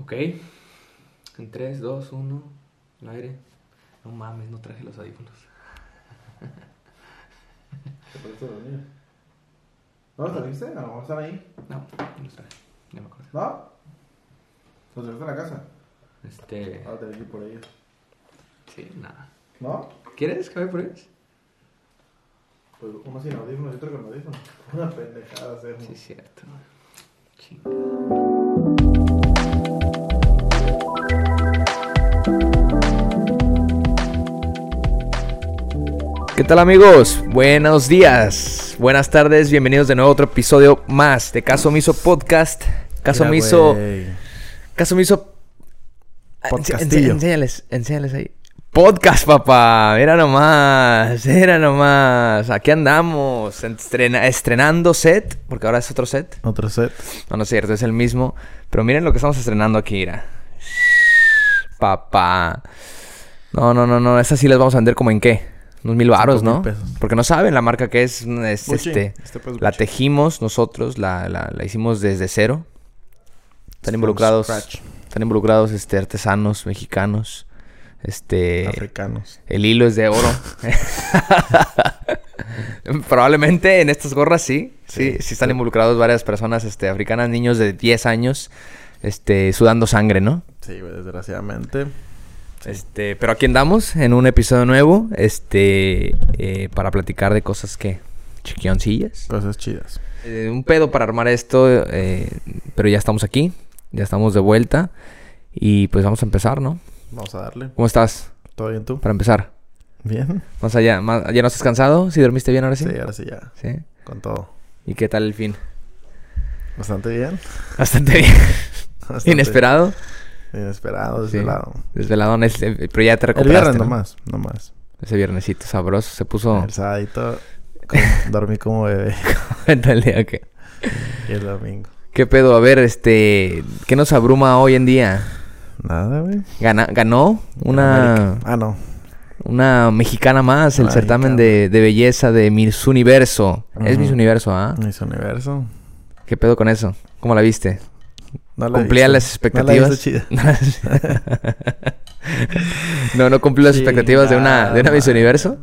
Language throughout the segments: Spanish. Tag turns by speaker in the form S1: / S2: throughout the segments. S1: Ok. En 3, 2, 1. El aire. No mames, no traje los audífonos.
S2: ¿Te parece dormir? ¿No los trajiste? ¿A lo mejor están ahí?
S1: No, no los traje. Ya me acuerdo.
S2: ¿No? ¿Los dejaste en la casa?
S1: Este.
S2: Ahora te que ir por ellos.
S1: Sí, nada.
S2: ¿No?
S1: ¿Quieres que vaya por ellos?
S2: Pues uno sin audífonos y otro con audífonos. Una pendejada hacemos.
S1: Sí, cierto. Chinga.
S3: ¿Qué tal amigos? Buenos días, buenas tardes, bienvenidos de nuevo a otro episodio más de Caso Miso Podcast. Caso
S4: Mira,
S3: Miso.
S4: güey.
S3: Caso Miso. Ah, ense-
S4: Podcastillo.
S3: ense- Enséñales, enséñales ahí. Podcast, papá. Era nomás, era nomás. Aquí andamos, estrena- estrenando set, porque ahora es otro set.
S4: Otro set.
S3: No, no es cierto, es el mismo. Pero miren lo que estamos estrenando aquí, mira. Papá. No, no, no, no. Estas sí las vamos a vender como en qué. Unos mil varos,
S4: Cinco
S3: ¿no?
S4: mil pesos.
S3: Porque no saben la marca que es. es este,
S4: pues
S3: la tejimos nosotros, la, la- la hicimos desde cero. Están involucrados.
S4: scratch.
S3: Están involucrados este, artesanos mexicanos. Este.
S4: Africanos.
S3: El hilo es de oro. Probablemente en estas gorras sí. Sí, sí, están involucrados varias personas este, africanas, niños de 10 años, este, sudando sangre, ¿no?
S4: Sí, güey, desgraciadamente.
S3: Este, pero aquí andamos en un episodio nuevo, este, eh, para platicar de cosas que chiquioncillas.
S4: Cosas pues chidas.
S3: Eh, un pedo para armar esto, eh, pero ya estamos aquí, ya estamos de vuelta y pues vamos a empezar, ¿no?
S4: Vamos a darle.
S3: ¿Cómo estás?
S4: ¿Todo bien tú?
S3: Para empezar,
S4: Bien.
S3: más allá, más, ¿ya no estás cansado? ¿Sí dormiste bien ahora sí?
S4: Sí, ahora sí ya.
S3: Sí.
S4: Con todo.
S3: ¿Y qué tal el fin?
S4: Bastante bien.
S3: Bastante bien.
S4: Bastante
S3: Inesperado.
S4: Inesperado, desde
S3: Sí.
S4: el lado.
S3: Desvelado, en este- pero ya te
S4: El
S3: recuperaste.
S4: viernes
S3: ¿no?
S4: nomás, nomás.
S3: Ese viernesito sabroso se puso.
S4: El sábado con- dormí como bebé.
S3: Ándale, ok.
S4: Y el domingo.
S3: ¿Qué pedo? A ver, este. ¿Qué nos abruma hoy en día?
S4: Nada, güey.
S3: Gana- ganó una,
S4: América. Ah, no.
S3: una mexicana más el
S4: Una
S3: certamen
S4: mexicana.
S3: de, de belleza de Miss Universo. Es
S4: Ujú.
S3: Miss Universo, ¿ah?
S4: Miss Universo.
S3: ¿Qué pedo con eso? ¿Cómo la viste?
S4: No la he
S3: ¿Cumplía
S4: visto.
S3: las
S4: No la
S3: expectativas?
S4: he visto chida.
S3: no, no cumplió las expectativas de una, de una Miss
S4: Chingada
S3: Universo.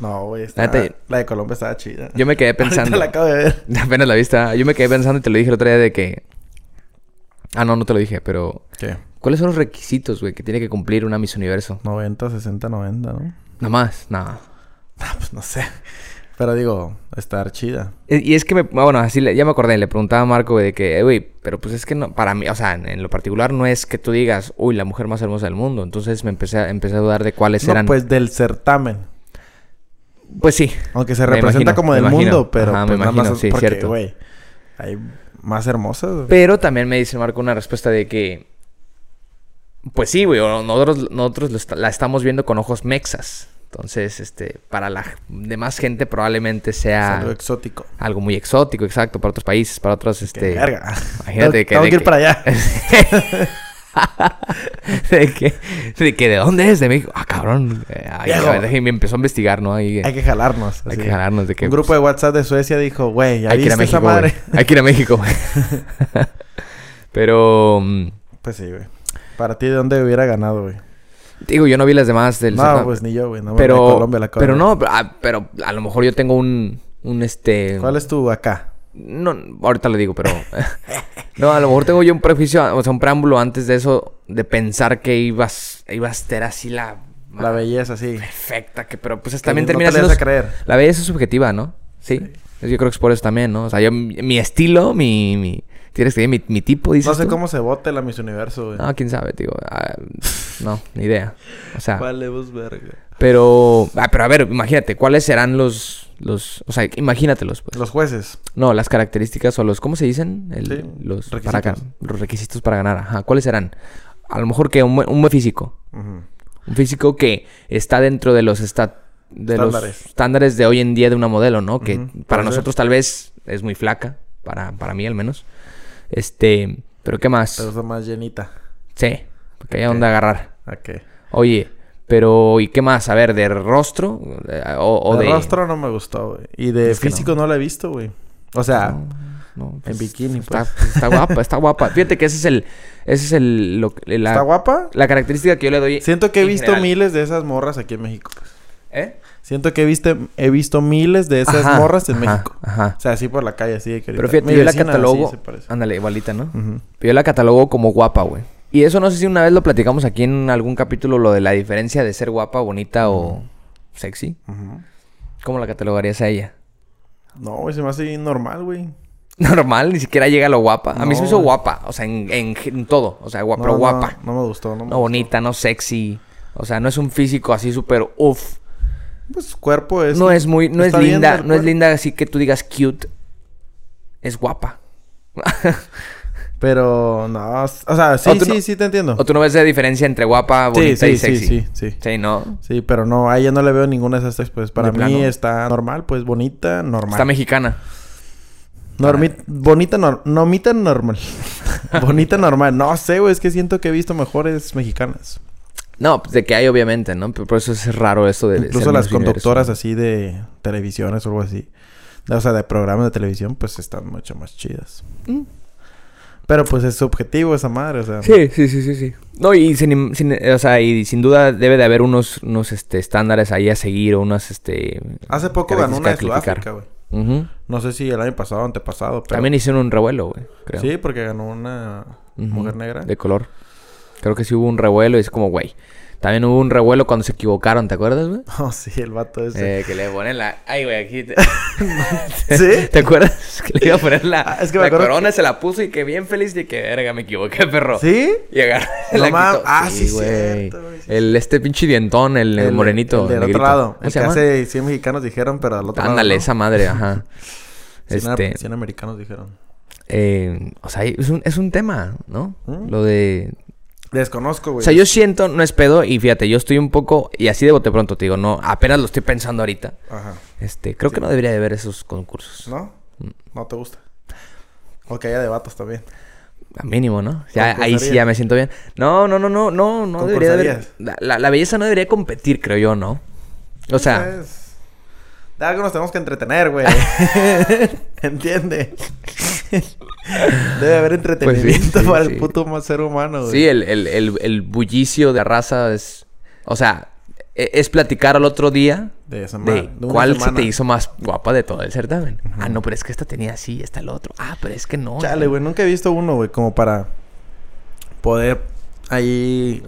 S4: No, güey.
S3: La
S4: Está...
S3: neta-
S4: La de Colombia estaba chida.
S3: Yo me quedé pensando.
S4: Ahorita la acabo de ver.
S3: Apenas la vista. Yo me quedé pensando y te lo dije el otro día de que. Ah, no, no te lo dije, pero.
S4: ¿Qué?
S3: ¿Cuáles son los requisitos, güey, que tiene que cumplir una Miss Universo?
S4: 90, 60, 90, ¿no?
S3: Nada más, nada.
S4: Ah, pues no sé. Pero digo, estar chida.
S3: E- Y es que me. ah, Bueno, así le- ya me acordé, le preguntaba a Marco, güey, de que, "Eh, güey, pero pues es que no. Para mí, o sea, en, en lo particular no es que tú digas, uy, la mujer más hermosa del mundo. Entonces me empecé a, empecé a dudar de cuáles
S4: No,
S3: eran.
S4: pues del certamen.
S3: Pues sí.
S4: Aunque se
S3: Me
S4: representa
S3: imagino,
S4: como
S3: me
S4: del
S3: imagino.
S4: mundo, pero
S3: Ajá, me
S4: pues nada
S3: imagino,
S4: más es
S3: sí,
S4: porque,
S3: cierto.
S4: güey, hay más hermosas.
S3: Pero también me dice Marco una respuesta de que. Pues sí, güey, o nosotros, nosotros lo esta- la estamos viendo con ojos mexas. Entonces, este, para la j- demás gente probablemente
S4: Es
S3: sea
S4: algo exótico.
S3: algo muy exótico, exacto, para otros países, para otros,
S4: Qué
S3: este.
S4: verga.
S3: Imagínate
S4: Tengo-
S3: que.
S4: Tengo
S3: de
S4: que ir para allá.
S3: de que, de que, ¿de dónde es? De México. Ah, cabrón. Eh, ay,
S4: Viejo.
S3: a ver, déjame- me empezó a investigar, ¿no? Ahí, eh,
S4: Hay que jalarnos.
S3: hay
S4: así.
S3: que jalarnos de que. pues,
S4: Un grupo de WhatsApp de Suecia dijo, güey, ya
S3: hay que ir
S4: viste
S3: a México.
S4: esa madre.
S3: güey. Hay que ir a México. güey. Pero. mm,
S4: Pues sí, güey. Para ti, ¿de dónde hubiera ganado, güey?
S3: Digo, yo no vi las demás del
S4: No,
S3: certamen.
S4: pues ni yo, güey. No,
S3: pero,
S4: de Colombia la acabo
S3: pero
S4: de
S3: no,
S4: ver.
S3: ah, pero a lo mejor yo tengo un, un este...
S4: ¿Cuál es tu acá?
S3: No, ahorita lo digo, pero... no, a lo mejor tengo yo un prejuicio, o sea, un preámbulo antes de eso, de pensar que ibas, ibas a ser así la... Ah.
S4: La belleza, sí.
S3: Perfecta, que, pero pues
S4: Que
S3: también
S4: no te
S3: termina
S4: le vas
S3: siendo...
S4: a creer.
S3: La belleza es subjetiva, ¿no? Sí. Yo creo que es por eso también, ¿no? O sea, yo, mi mi estilo, mi... mi tienes que mi, mi tipo, dices
S4: No sé
S3: tú?
S4: cómo se vote la Miss Universo, güey.
S3: No, quién sabe, digo. ah, no, ni idea. O sea...
S4: Vale, vos verga.
S3: Pero, ah, pero a ver, imagínate, ¿cuáles serán los, los, o sea, imagínatelos, pues.
S4: Los jueces.
S3: No, las características o los, ¿cómo se dicen? El-
S4: Sí,
S3: los,
S4: requisitos.
S3: para ga- los requisitos para ganar, ajá, ¿cuáles serán? A lo mejor que un, buen- un buen físico,
S4: Ujú.
S3: un físico que está dentro de los, esta- de los
S4: Estándares.
S3: estándares de hoy en día de una modelo, ¿no? Que
S4: Ujú,
S3: para
S4: puede ser.
S3: nosotros tal vez es muy flaca, para, para mí al menos. Este, pero ¿qué más?
S4: Te gusta más llenita.
S3: Sí, porque hay
S4: Ok.
S3: donde agarrar.
S4: Ok.
S3: Oye, pero ¿y qué más? A ver, de rostro Eh, o, o
S4: de
S3: de
S4: rostro no me gustó, güey. Y de
S3: Es que
S4: físico no. la he visto, güey. O sea,
S3: ¿no? pues,
S4: En bikini, pues.
S3: Está, está guapa, está guapa. Fíjate que ese es el... Ese es el... lo que- la,
S4: ¿Está guapa?
S3: La característica que yo le doy...
S4: Siento que he
S3: en
S4: visto
S3: general.
S4: miles de esas morras aquí en México. pues.
S3: ¿Eh?
S4: Siento que he visto, he visto miles de esas
S3: Ajá,
S4: morras en
S3: ajá,
S4: México.
S3: Ajá.
S4: O sea, así por la calle, así de que
S3: Pero
S4: ahorita-
S3: fíjate,
S4: mi
S3: yo la
S4: vecina, sí,
S3: catalogo...
S4: se parece.
S3: Ándale, igualita, ¿no?
S4: Ujú.
S3: Yo la catalogo como guapa, güey. Y eso no sé si una vez lo platicamos aquí en algún capítulo, lo de la diferencia de ser guapa, bonita o sexy.
S4: Ujú.
S3: ¿Cómo la catalogarías a ella?
S4: No, güey, se me hace normal, güey.
S3: Normal, ni siquiera llega a lo guapa. A mí se me
S4: No.
S3: hizo guapa, o sea, en, en- en todo. O sea, guapa,
S4: No,
S3: pero
S4: no,
S3: guapa.
S4: No, me gustó, no me
S3: No bonita, no sexy. O sea, no es un físico así súper uff.
S4: gustó. Pues cuerpo es...
S3: No es muy, no es
S4: está bien
S3: linda,
S4: del
S3: no es
S4: cuerpo.
S3: linda así que tú digas cute. Es guapa.
S4: Pero, no, o sea, sí,
S3: O tú
S4: sí,
S3: no-
S4: sí te entiendo.
S3: O tú no ves la diferencia entre guapa,
S4: Sí,
S3: bonita
S4: sí,
S3: y
S4: sí,
S3: sexy.
S4: sí, sí.
S3: Sí, no.
S4: Sí, pero no, a ella no le veo ninguna de esas tres, pues para
S3: ¿De
S4: mí
S3: plano?
S4: está normal, pues bonita, normal.
S3: Está mexicana.
S4: Normi- Bonita, nor- nomita normal. bonita, normal. No sé, güey, es que siento que he visto mejores mexicanas.
S3: No, pues, de que hay obviamente, ¿no? Pero por eso es raro esto de...
S4: Incluso
S3: ser
S4: las
S3: Miss Universo.
S4: conductoras así de televisiones o algo así. O sea, de programas de televisión, pues están mucho más chidas.
S3: Mm.
S4: Pero pues es subjetivo esa madre, o sea.
S3: Sí, sí, sí, sí, sí. No, y sin, sin- o sea, y sin duda debe de haber unos, unos este, estándares ahí a seguir o unas, este...
S4: Hace poco ganó una de
S3: características a
S4: Sudáfrica,
S3: calificar.
S4: güey.
S3: Ujú.
S4: No sé si el año pasado o antepasado, pero...
S3: También hicieron un revuelo, güey, creo.
S4: Sí, porque ganó una
S3: Ujú.
S4: mujer negra.
S3: De color. Creo que sí hubo un revuelo y es como, güey. También hubo un revuelo cuando se equivocaron, ¿te acuerdas, güey?
S4: Oh, sí, el vato ese.
S3: Eh, que le ponen la... Ay, güey, aquí... te-
S4: ¿Sí?
S3: ¿Te acuerdas? Que le iba a poner la,
S4: Ah, es que me
S3: la
S4: acuerdo
S3: corona, se la puso y que bien feliz de que, verga, me equivoqué, perro.
S4: ¿Sí?
S3: Y agarra.
S4: No
S3: la
S4: mames.
S3: quitó.
S4: Ah, sí, cierto, güey, sí,
S3: el este pinche dientón, el, el morenito.
S4: El del
S3: negrito.
S4: otro lado.
S3: ¿Cómo
S4: El
S3: se
S4: que
S3: llama?
S4: hace 100 mexicanos dijeron, pero al otro
S3: Ándale,
S4: lado.
S3: esa madre, ajá.
S4: ¿no? pues, 100
S3: este.
S4: a- 100 americanos dijeron.
S3: eh, o sea, es un, es un tema, ¿no?
S4: ¿Mm?
S3: Lo de.
S4: Desconozco, güey.
S3: O sea, yo siento, no es pedo, y fíjate, yo estoy un poco. Y así de bote pronto te digo, no, apenas lo estoy pensando ahorita.
S4: Ajá.
S3: Este, creo que no debería de haber esos concursos.
S4: ¿No?
S3: Mm.
S4: No te gusta. O que haya debates también.
S3: A mínimo, ¿no? Ya, ahí sí
S4: Concursarías.
S3: ya me siento bien. No, no, no, no, no, no debería de haber.
S4: Concursarías.
S3: La, la- la belleza no debería competir, creo yo, ¿no? O sea,
S4: Es- Pues, De algo nos tenemos que entretener, güey. ¿Entiende? Debe haber entretenimiento
S3: Pues sí,
S4: para
S3: sí.
S4: el puto más ser humano, güey.
S3: sí, el, el, el, el bullicio de raza es. O sea, e- es platicar al otro día
S4: De esa madre.
S3: de
S4: de una
S3: cuál se
S4: semana.
S3: te hizo más guapa de todo el certamen. Ah, no, pero es que esta tenía así, esta el otro. Ah, pero es que no.
S4: Chale, güey. Nunca he visto uno, güey, como para poder ahí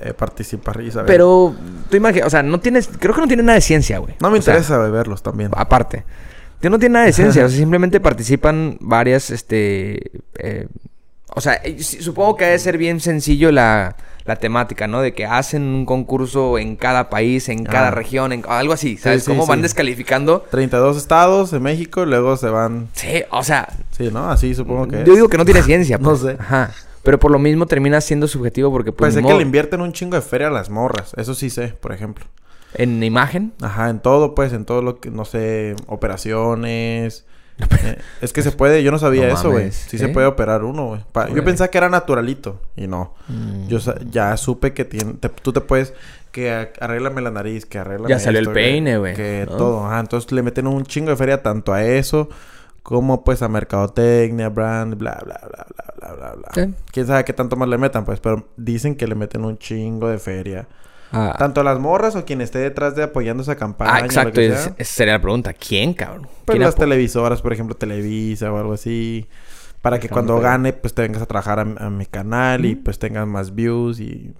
S4: eh, participar y saber.
S3: Pero tú imaginas, o sea, no tienes. Creo que no tiene nada de ciencia, güey.
S4: No me
S3: O sea,
S4: interesa güey, verlos también.
S3: aparte. Que no tiene nada de esencia, o sea, simplemente participan varias, este... eh, o sea, eh, sí, supongo que ha de ser bien sencillo la, la temática, ¿no? De que hacen un concurso en cada país, en cada
S4: Ah.
S3: región, en algo así, ¿sabes?
S4: sí,
S3: Cómo van
S4: sí.
S3: descalificando.
S4: 32 estados en México y luego se van...
S3: Sí, o sea,
S4: Sí, ¿no? Así supongo que
S3: yo
S4: es.
S3: digo que no tiene ciencia.
S4: No
S3: pues.
S4: sé.
S3: Ajá. Pero por lo mismo termina siendo subjetivo porque pues,
S4: Pues sé
S3: ni
S4: que
S3: modo.
S4: le invierten un chingo de feria a las morras. Eso sí sé, por ejemplo.
S3: en imagen.
S4: Ajá, en todo, pues, en todo lo que, no sé, operaciones. Eh, es que se puede, yo no sabía
S3: No
S4: eso, güey.
S3: mames,
S4: Sí
S3: ¿eh?
S4: se puede operar uno, güey. Pa-
S3: Órale.
S4: Yo pensaba que era naturalito y no.
S3: Mm.
S4: Yo sa- ya supe que tiene, te- tú te puedes, que a- arréglame la nariz, que arréglame
S3: Ya salió el
S4: güey,
S3: peine, güey,
S4: Que
S3: ¿no?
S4: todo, ajá. Entonces le meten un chingo de feria tanto a eso como pues a mercadotecnia, brand, bla, bla, bla, bla, bla, bla, bla.
S3: Sí.
S4: Quién sabe qué tanto más le metan, pues, pero dicen que le meten un chingo de feria.
S3: Ah,
S4: Tanto a las morras o quien esté detrás de apoyando esa campaña.
S3: ah,
S4: o lo
S3: exacto.
S4: que
S3: es-
S4: sea.
S3: esa sería la pregunta. ¿Quién, cabrón?
S4: Pues
S3: ¿Quién
S4: las
S3: apo-
S4: televisoras, por ejemplo, Televisa o algo así. Para que
S3: Está
S4: cuando
S3: muy bien.
S4: gane, pues te vengas a trabajar a, mi- a mi canal y pues tengas más views y...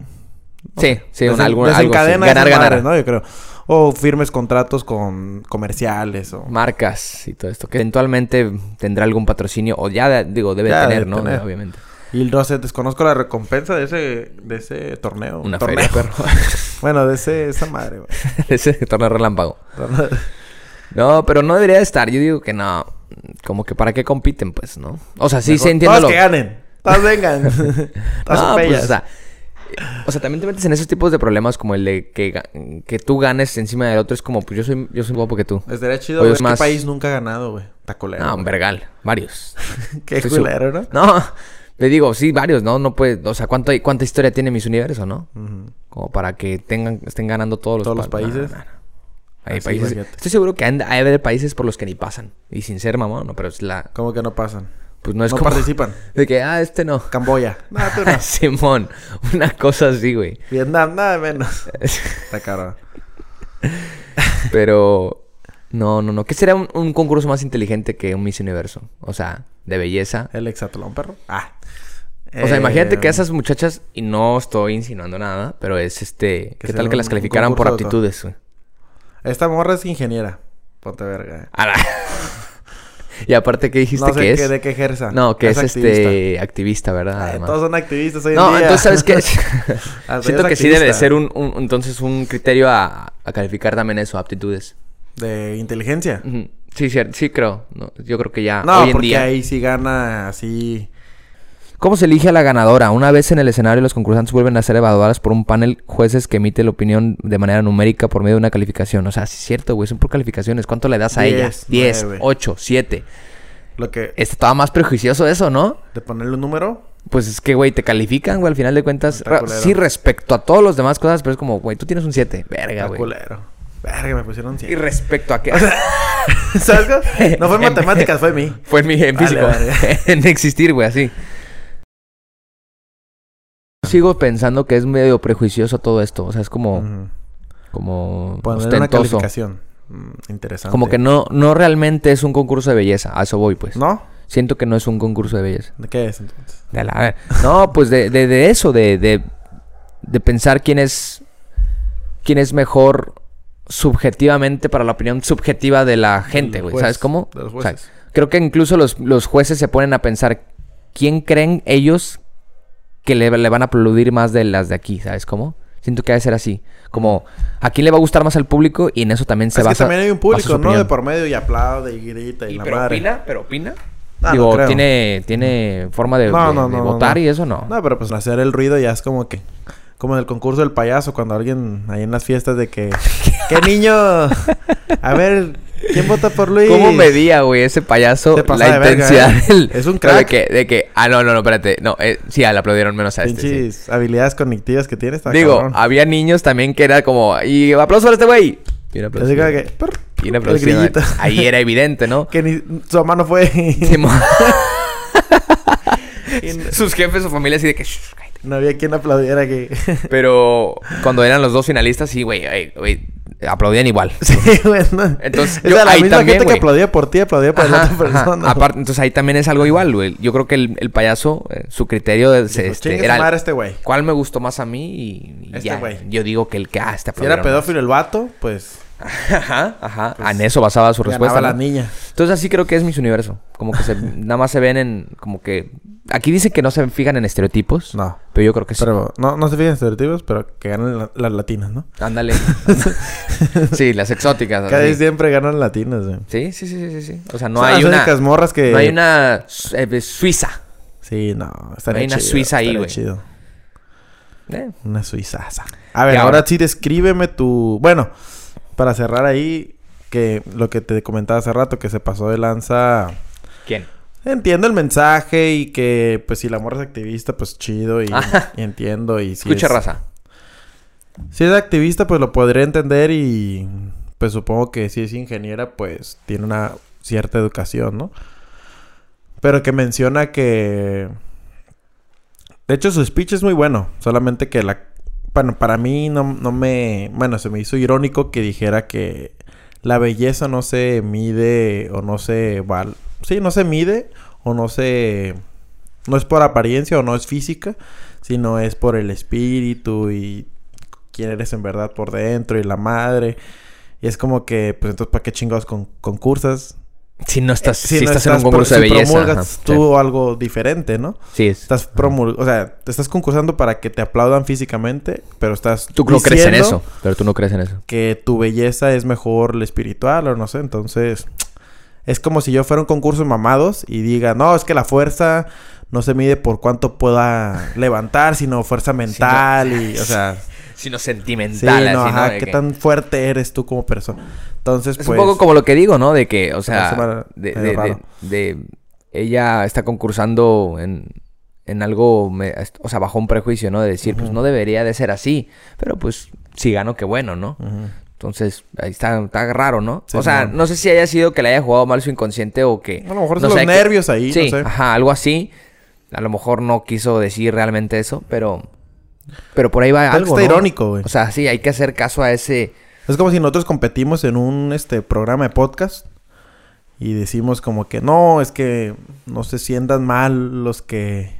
S3: Sí, sí, un,
S4: Desen-
S3: algo, algo así.
S4: desencadena
S3: Ganar,
S4: esas
S3: ganar.
S4: madres, ¿no? Yo creo. O firmes contratos con comerciales o...
S3: marcas y todo esto, que eventualmente tendrá algún patrocinio, o ya de- digo, debe
S4: Ya
S3: de
S4: debe
S3: tener, ¿no?
S4: tener.
S3: Obviamente.
S4: Y no sé, desconozco la recompensa de ese, de ese torneo.
S3: Una
S4: torneo.
S3: feria, perro.
S4: Bueno, de ese, esa madre, güey.
S3: Ese torneo relámpago. No, pero no debería de estar. Yo digo que no. Como que para qué compiten, pues, ¿no? O sea, sí, sí entiendo
S4: Todas
S3: lo
S4: que ganen. Todas vengan. Todas
S3: No,
S4: son
S3: pues,
S4: bellas.
S3: o sea, o sea, también te metes en esos tipos de problemas como el de que, ga- que tú ganes encima del otro. Es como, pues yo soy, yo soy más guapo que tú.
S4: Estaría chido,
S3: Oye,
S4: güey.
S3: es
S4: ¿Qué
S3: más-
S4: país nunca ha ganado, güey? Está culero.
S3: No, un vergal. Varios.
S4: Qué
S3: Estoy seguro.
S4: culero, ¿no?
S3: No, le digo, sí, varios, ¿no? No puede, o sea, ¿cuánto, ¿cuánta historia tiene Miss Universo, no?
S4: Ujú.
S3: Como para que tengan, estén ganando todos los,
S4: Todos los
S3: pa- no,
S4: países.
S3: no, no. Hay
S4: Así,
S3: países.
S4: imagínate.
S3: Estoy seguro que han- hay de haber países por los que ni pasan. Y sin ser mamón, no, pero es la.
S4: ¿Cómo que no pasan?
S3: Pues no es
S4: no
S3: como
S4: participan.
S3: de que, ah, este no.
S4: Camboya. Nada, tú no.
S3: Simón, una cosa así, güey.
S4: Vietnam, nada de menos. Está cabrón.
S3: Pero no, no, no. ¿Qué sería un, un concurso más inteligente que un Miss Universo? O sea, de belleza.
S4: El hexatlón, perro. Ah.
S3: O sea, imagínate que
S4: Em,
S3: esas muchachas, y no estoy insinuando nada, pero es este. ¿Qué
S4: sea
S3: tal que
S4: un-
S3: las
S4: un
S3: calificaran por
S4: concurso de todo.
S3: aptitudes, güey?
S4: Esta morra es ingeniera. Ponte verga. eh.
S3: A la- y aparte, ¿qué dijiste
S4: No sé
S3: que
S4: qué-
S3: es?
S4: de qué ejerza.
S3: No, que es,
S4: activista.
S3: este. Activista, ¿verdad?
S4: Eh,
S3: Además.
S4: todos son activistas hoy en
S3: no,
S4: día.
S3: entonces, ¿sabes qué?
S4: Hasta
S3: Siento
S4: yo
S3: que
S4: soy
S3: sí debe de
S4: activista.
S3: ser un, un- entonces un criterio a, a calificar también eso, aptitudes.
S4: De inteligencia.
S3: Ujú. Sí, cier- sí, creo. No, yo creo que ya
S4: No,
S3: Ah, hoy en
S4: porque
S3: día.
S4: ahí sí gana así.
S3: ¿Cómo se elige a la ganadora? Una vez en el escenario, los concursantes vuelven a ser evaluadas por un panel jueces que emite la opinión de manera numérica por medio de una calificación. O sea, sí es cierto, güey, son por calificaciones. ¿Cuánto le das a ella?
S4: Diez,
S3: 10,
S4: nueve.
S3: 8, 7.
S4: Lo que.
S3: Estaba más prejuicioso eso, ¿no?
S4: De ponerle un número.
S3: Pues es que, güey, te califican, güey, al final de cuentas.
S4: Está
S3: Ra-
S4: culero.
S3: Sí, respecto a todas las demás cosas, pero es como, güey, tú tienes un 7. Verga,
S4: Está
S3: güey.
S4: culero. Verga, me pusieron
S3: Y
S4: 100.
S3: respecto a qué.
S4: ¿Sabes qué? No fue en matemáticas, fue en mí.
S3: Fue en mi en
S4: Vale,
S3: físico.
S4: vale.
S3: en existir, güey, así. Sigo pensando que es medio prejuicioso todo esto. O sea, es como,
S4: Ujú.
S3: como
S4: Ponerle una
S3: ostentoso.
S4: calificación. Mm, interesante.
S3: Como que no, no realmente es un concurso de belleza. A eso voy, pues.
S4: ¿No?
S3: Siento que no es un concurso de belleza.
S4: ¿De qué es entonces?
S3: De la- a ver, No, pues de, de- de eso, de, de, de pensar quién es. quién es mejor subjetivamente para la opinión subjetiva de la gente,
S4: Del
S3: güey.
S4: juez,
S3: ¿Sabes cómo?
S4: de los
S3: O sea,
S4: jueces.
S3: creo que incluso los, los jueces se ponen a pensar quién creen ellos que le, le van a aplaudir más de las de aquí, ¿sabes cómo? Siento que ha de ser así. Como, ¿a quién le va a gustar más al público? Y en eso también se
S4: es que
S3: basa.
S4: también hay un
S3: basa su
S4: público, ¿no?
S3: opinión.
S4: De por medio y aplaude y grita y,
S3: ¿Y
S4: la
S3: pero
S4: madre.
S3: opina? ¿Pero opina?
S4: Ah, no
S3: Digo,
S4: creo.
S3: tiene, tiene forma de,
S4: No,
S3: de-
S4: no,
S3: de
S4: no, no,
S3: votar
S4: no.
S3: y eso no.
S4: No, pero pues hacer el ruido ya es como que... Como en el concurso del payaso, cuando alguien ahí en las fiestas de que... ¡Qué niño! A ver, ¿quién vota por Luis?
S3: ¿Cómo medía, güey, ese payaso
S4: Se pasa
S3: la
S4: de verga,
S3: intensidad
S4: ¿eh?
S3: del-
S4: Es un
S3: De
S4: crack.
S3: que, de que, ah, no, no, no, espérate. No, eh, sí, ah, le aplaudieron menos a este. sí.
S4: Pinches habilidades cognitivas que tiene esta
S3: Digo,
S4: cabrón.
S3: había niños también que era como, y aplauso para este güey. Y un aplauso.
S4: Así como que... "Prr",
S3: Y un
S4: el
S3: aplauso.
S4: grillito.
S3: Ahí era evidente, ¿no?
S4: Que ni... Su mamá no fue...
S3: Simón. Sus jefes o familia así de que... "Shh, cállate".
S4: no había quien aplaudiera que...
S3: Pero cuando eran los dos finalistas, sí, güey, ay, güey, aplaudían igual.
S4: sí, bueno.
S3: Entonces,
S4: O
S3: yo-
S4: sea, la
S3: ahí
S4: misma
S3: también,
S4: gente
S3: güey.
S4: que aplaudía por ti aplaudía por la
S3: Ajá,
S4: otra
S3: ajá.
S4: persona.
S3: Aparte, entonces ahí también es algo igual, güey. Yo creo que el, el payaso, eh, su criterio de- se-
S4: Dijo,
S3: este,
S4: "Chingue su
S3: era...
S4: madre este güey.
S3: ¿Cuál me gustó más a mí? Y, y
S4: Este
S3: ya.
S4: güey.
S3: Yo digo que el que... Ah, este
S4: Si era
S3: aplaudieron.
S4: pedófilo el vato, pues...
S3: Ajá, ajá. en eso basaba su respuesta.
S4: ganaba la
S3: ¿no?
S4: niña.
S3: Entonces así creo que es mis universo. Como que se, nada más se ven en, como que... Aquí dicen que no se fijan en estereotipos.
S4: No.
S3: Pero yo creo que sí.
S4: Pero no, no se fijan en estereotipos, pero que ganan la- las latinas, ¿no?
S3: Ándale. sí, las exóticas.
S4: Cada
S3: así.
S4: vez siempre ganan latinas, güey.
S3: Sí, sí, sí, sí, sí, sí. O sea, no
S4: Son
S3: hay
S4: las
S3: una...
S4: únicas morras que...
S3: No hay una eh, suiza.
S4: Sí, no. Estaría
S3: No hay una
S4: chido,
S3: suiza ahí,
S4: estaría
S3: güey.
S4: chido.
S3: Eh,
S4: Una suizaza. A ver,
S3: Y
S4: ahora...
S3: ahora-
S4: sí descríbeme tu... Bueno, para cerrar ahí, que lo que te comentaba hace rato, que se pasó de lanza...
S3: ¿Quién?
S4: Entiendo el mensaje y que, pues, si la morra es activista, pues, chido y,
S3: Ajá.
S4: y entiendo y si
S3: Escucha
S4: es-
S3: raza.
S4: Si es activista, pues lo podría entender y pues supongo que si es ingeniera, pues tiene una cierta educación, ¿no? Pero que menciona que... De hecho, su speech es muy bueno, solamente que la... Bueno, para mí no, no me... Bueno, se me hizo irónico que dijera que la belleza no se mide o no se... Val... Sí, no se mide o no se... No es por apariencia o no es física, sino es por el espíritu y quién eres en verdad por dentro y la madre. Y es como que, pues entonces, ¿para qué chingados con, concursas?
S3: Si no estás, si
S4: no
S3: estás, en un
S4: pro-
S3: concurso de
S4: si
S3: belleza.
S4: promulgas
S3: ajá,
S4: tú algo diferente, ¿no?
S3: sí. Sí, es.
S4: Estás promul... O sea, te estás concursando para que te aplaudan físicamente, pero estás
S3: Tú no crees en
S4: diciendo
S3: eso, pero tú no crees en eso.
S4: que tu belleza es mejor la espiritual o no sé, entonces... Es como si yo fuera a un concurso de mamados y diga, no, es que la fuerza no se mide por cuánto pueda levantar, sino fuerza mental y, o sea...
S3: Sino
S4: Sí,
S3: sentimental,
S4: no,
S3: así, ¿no?
S4: ajá,
S3: De
S4: qué
S3: que-
S4: tan fuerte eres tú como persona. Entonces,
S3: Es
S4: pues.
S3: un poco como lo que digo, ¿no? De que, o sea,
S4: hace mal-
S3: de,
S4: medio
S3: de- de-
S4: raro.
S3: de- ella está concursando en, en algo, me- o sea, bajo un prejuicio, ¿no? De decir, pues no debería de ser así, pero pues si gano, qué bueno, ¿no?
S4: Ujú.
S3: Entonces, ahí está, está raro, ¿no?
S4: Sí,
S3: o sea,
S4: no.
S3: no. sé si haya sido que le haya jugado mal su inconsciente o que...
S4: A lo mejor
S3: no
S4: son los
S3: sé, que-
S4: nervios ahí,
S3: Sí,
S4: no sé.
S3: ajá, algo así. A lo mejor no quiso decir realmente eso, pero... Pero por ahí va
S4: Algo
S3: algo,
S4: está
S3: ¿no?
S4: irónico, güey.
S3: O sea, sí, hay que hacer caso a ese...
S4: Es como si nosotros competimos en un este programa de podcast y decimos como que no, es que no se sientan mal los que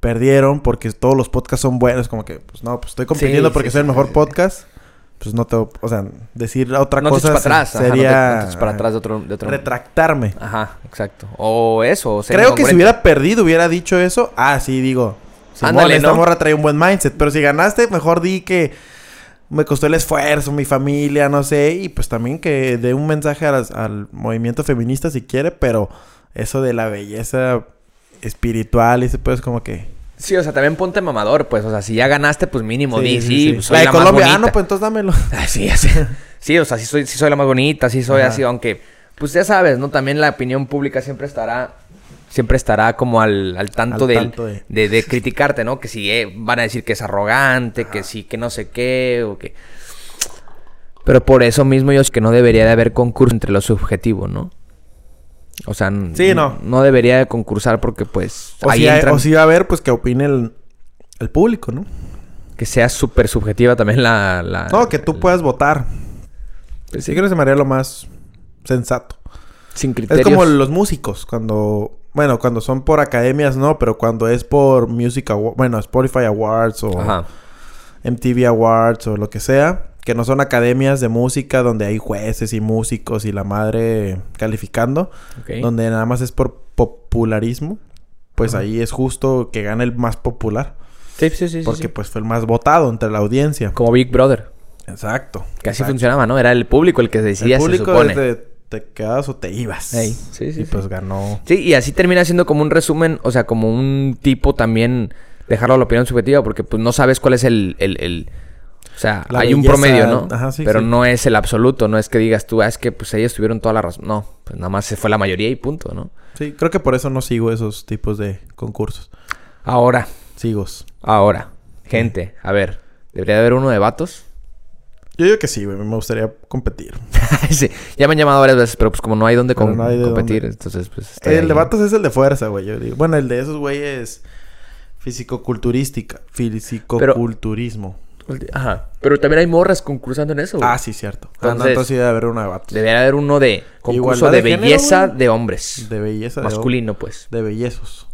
S4: perdieron porque todos los podcasts son buenos, como que pues no, pues estoy compitiendo
S3: Sí,
S4: porque
S3: sí,
S4: soy el
S3: sí,
S4: mejor
S3: sí, sí.
S4: podcast. Pues no te, o sea, decir otra
S3: no te eches
S4: cosa
S3: para atrás.
S4: se-
S3: ajá, no te-
S4: sería
S3: no te eches para atrás de otro... de otro-
S4: retractarme.
S3: Ajá, exacto. O eso, o ser
S4: Creo que si
S3: incongruente.
S4: hubiera perdido hubiera dicho eso. Ah, sí, digo. Simón,
S3: Ándale,
S4: esta
S3: ¿no?
S4: morra trae un buen mindset. Pero si ganaste, mejor di que me costó el esfuerzo, mi familia, no sé. Y pues también que dé un mensaje a las- al movimiento feminista si quiere. Pero eso de la belleza espiritual, ese pues como que...
S3: Sí, o sea, también ponte mamador, pues. O sea, si ya ganaste, pues mínimo
S4: Sí,
S3: di,
S4: sí,
S3: sí,
S4: sí.
S3: pues,
S4: La
S3: soy
S4: de
S3: la, más
S4: Colombia,
S3: bonita.
S4: ah, no, pues entonces dámelo.
S3: Ah, Sí, ya sé. Sí, o sea, sí soy, sí soy la más bonita, sí soy
S4: Ajá.
S3: así, aunque... Pues ya sabes, ¿no? También la opinión pública siempre estará... Siempre estará como al, al tanto,
S4: Al
S3: del-
S4: tanto de-
S3: de... de criticarte, ¿no? Que si eh, van a decir que es arrogante, que sí, que no sé qué, o que... Pero por eso mismo yo es que no debería de haber concurso entre los subjetivos, ¿no? O sea, n-
S4: Sí, no.
S3: no debería de concursar porque pues
S4: O,
S3: ahí
S4: si, hay-
S3: entran-
S4: o si va a haber, pues que opine el, el público, ¿no?
S3: que sea súper subjetiva también la, la-
S4: No, que tú puedas votar.
S3: Ah, Pues
S4: Sí creo que se me haría lo más sensato.
S3: sin
S4: Es
S3: criterios.
S4: como los músicos, cuando... Bueno, cuando son por academias, no, pero cuando es por Music Awards, bueno, Spotify Awards o
S3: Ajá.
S4: MTV Awards o lo que sea, que no son academias de música donde hay jueces y músicos y la madre calificando,
S3: ok.
S4: donde nada más es por popularismo, pues ahí es justo que gane el más popular,
S3: Sí, sí, sí, sí,
S4: porque
S3: sí.
S4: pues fue el más votado entre la audiencia.
S3: Como Big Brother.
S4: Exacto.
S3: Que así
S4: exacto.
S3: funcionaba, ¿no? Era el público el que decía,
S4: El
S3: se
S4: público
S3: supone.
S4: es de te quedas o te ibas.
S3: Ey, sí, sí,
S4: y
S3: sí.
S4: pues ganó.
S3: Sí, y así termina siendo como un resumen, o sea, como un tipo también dejarlo a la opinión subjetiva, porque pues no sabes cuál es el... el- el- o sea,
S4: La
S3: hay un
S4: belleza,
S3: promedio, ¿no?
S4: ajá, sí,
S3: Pero
S4: sí.
S3: no es el absoluto, no es que digas tú, ah, es que pues ellos tuvieron toda la razón. No, pues nada más se fue la mayoría y punto, ¿no?
S4: Sí, creo que por eso no sigo esos tipos de concursos.
S3: Ahora,
S4: Sigos.
S3: ahora, gente, a ver, ¿debería de haber uno de vatos?
S4: Yo digo que sí, güey. Me gustaría competir.
S3: Sí, ya me han llamado varias veces, pero pues como no hay dónde
S4: Pero
S3: com-
S4: no hay de
S3: competir,
S4: dónde.
S3: entonces pues... estoy
S4: El
S3: ahí, ¿no?
S4: de vatos es el de fuerza, güey. Yo digo. Bueno, el de esos güeyes fisicoculturística. Fisicoculturismo.
S3: Ajá. Pero también hay morras concursando en eso. güey.
S4: Ah, sí, cierto. Ah, no,
S3: Entonces-
S4: entonces sí debe haber una de vatos.
S3: Debería haber uno de concurso
S4: Igualdad
S3: de,
S4: de género,
S3: belleza
S4: güey.
S3: de hombres.
S4: De belleza. de-
S3: Masculino, pues.
S4: De, bellezos.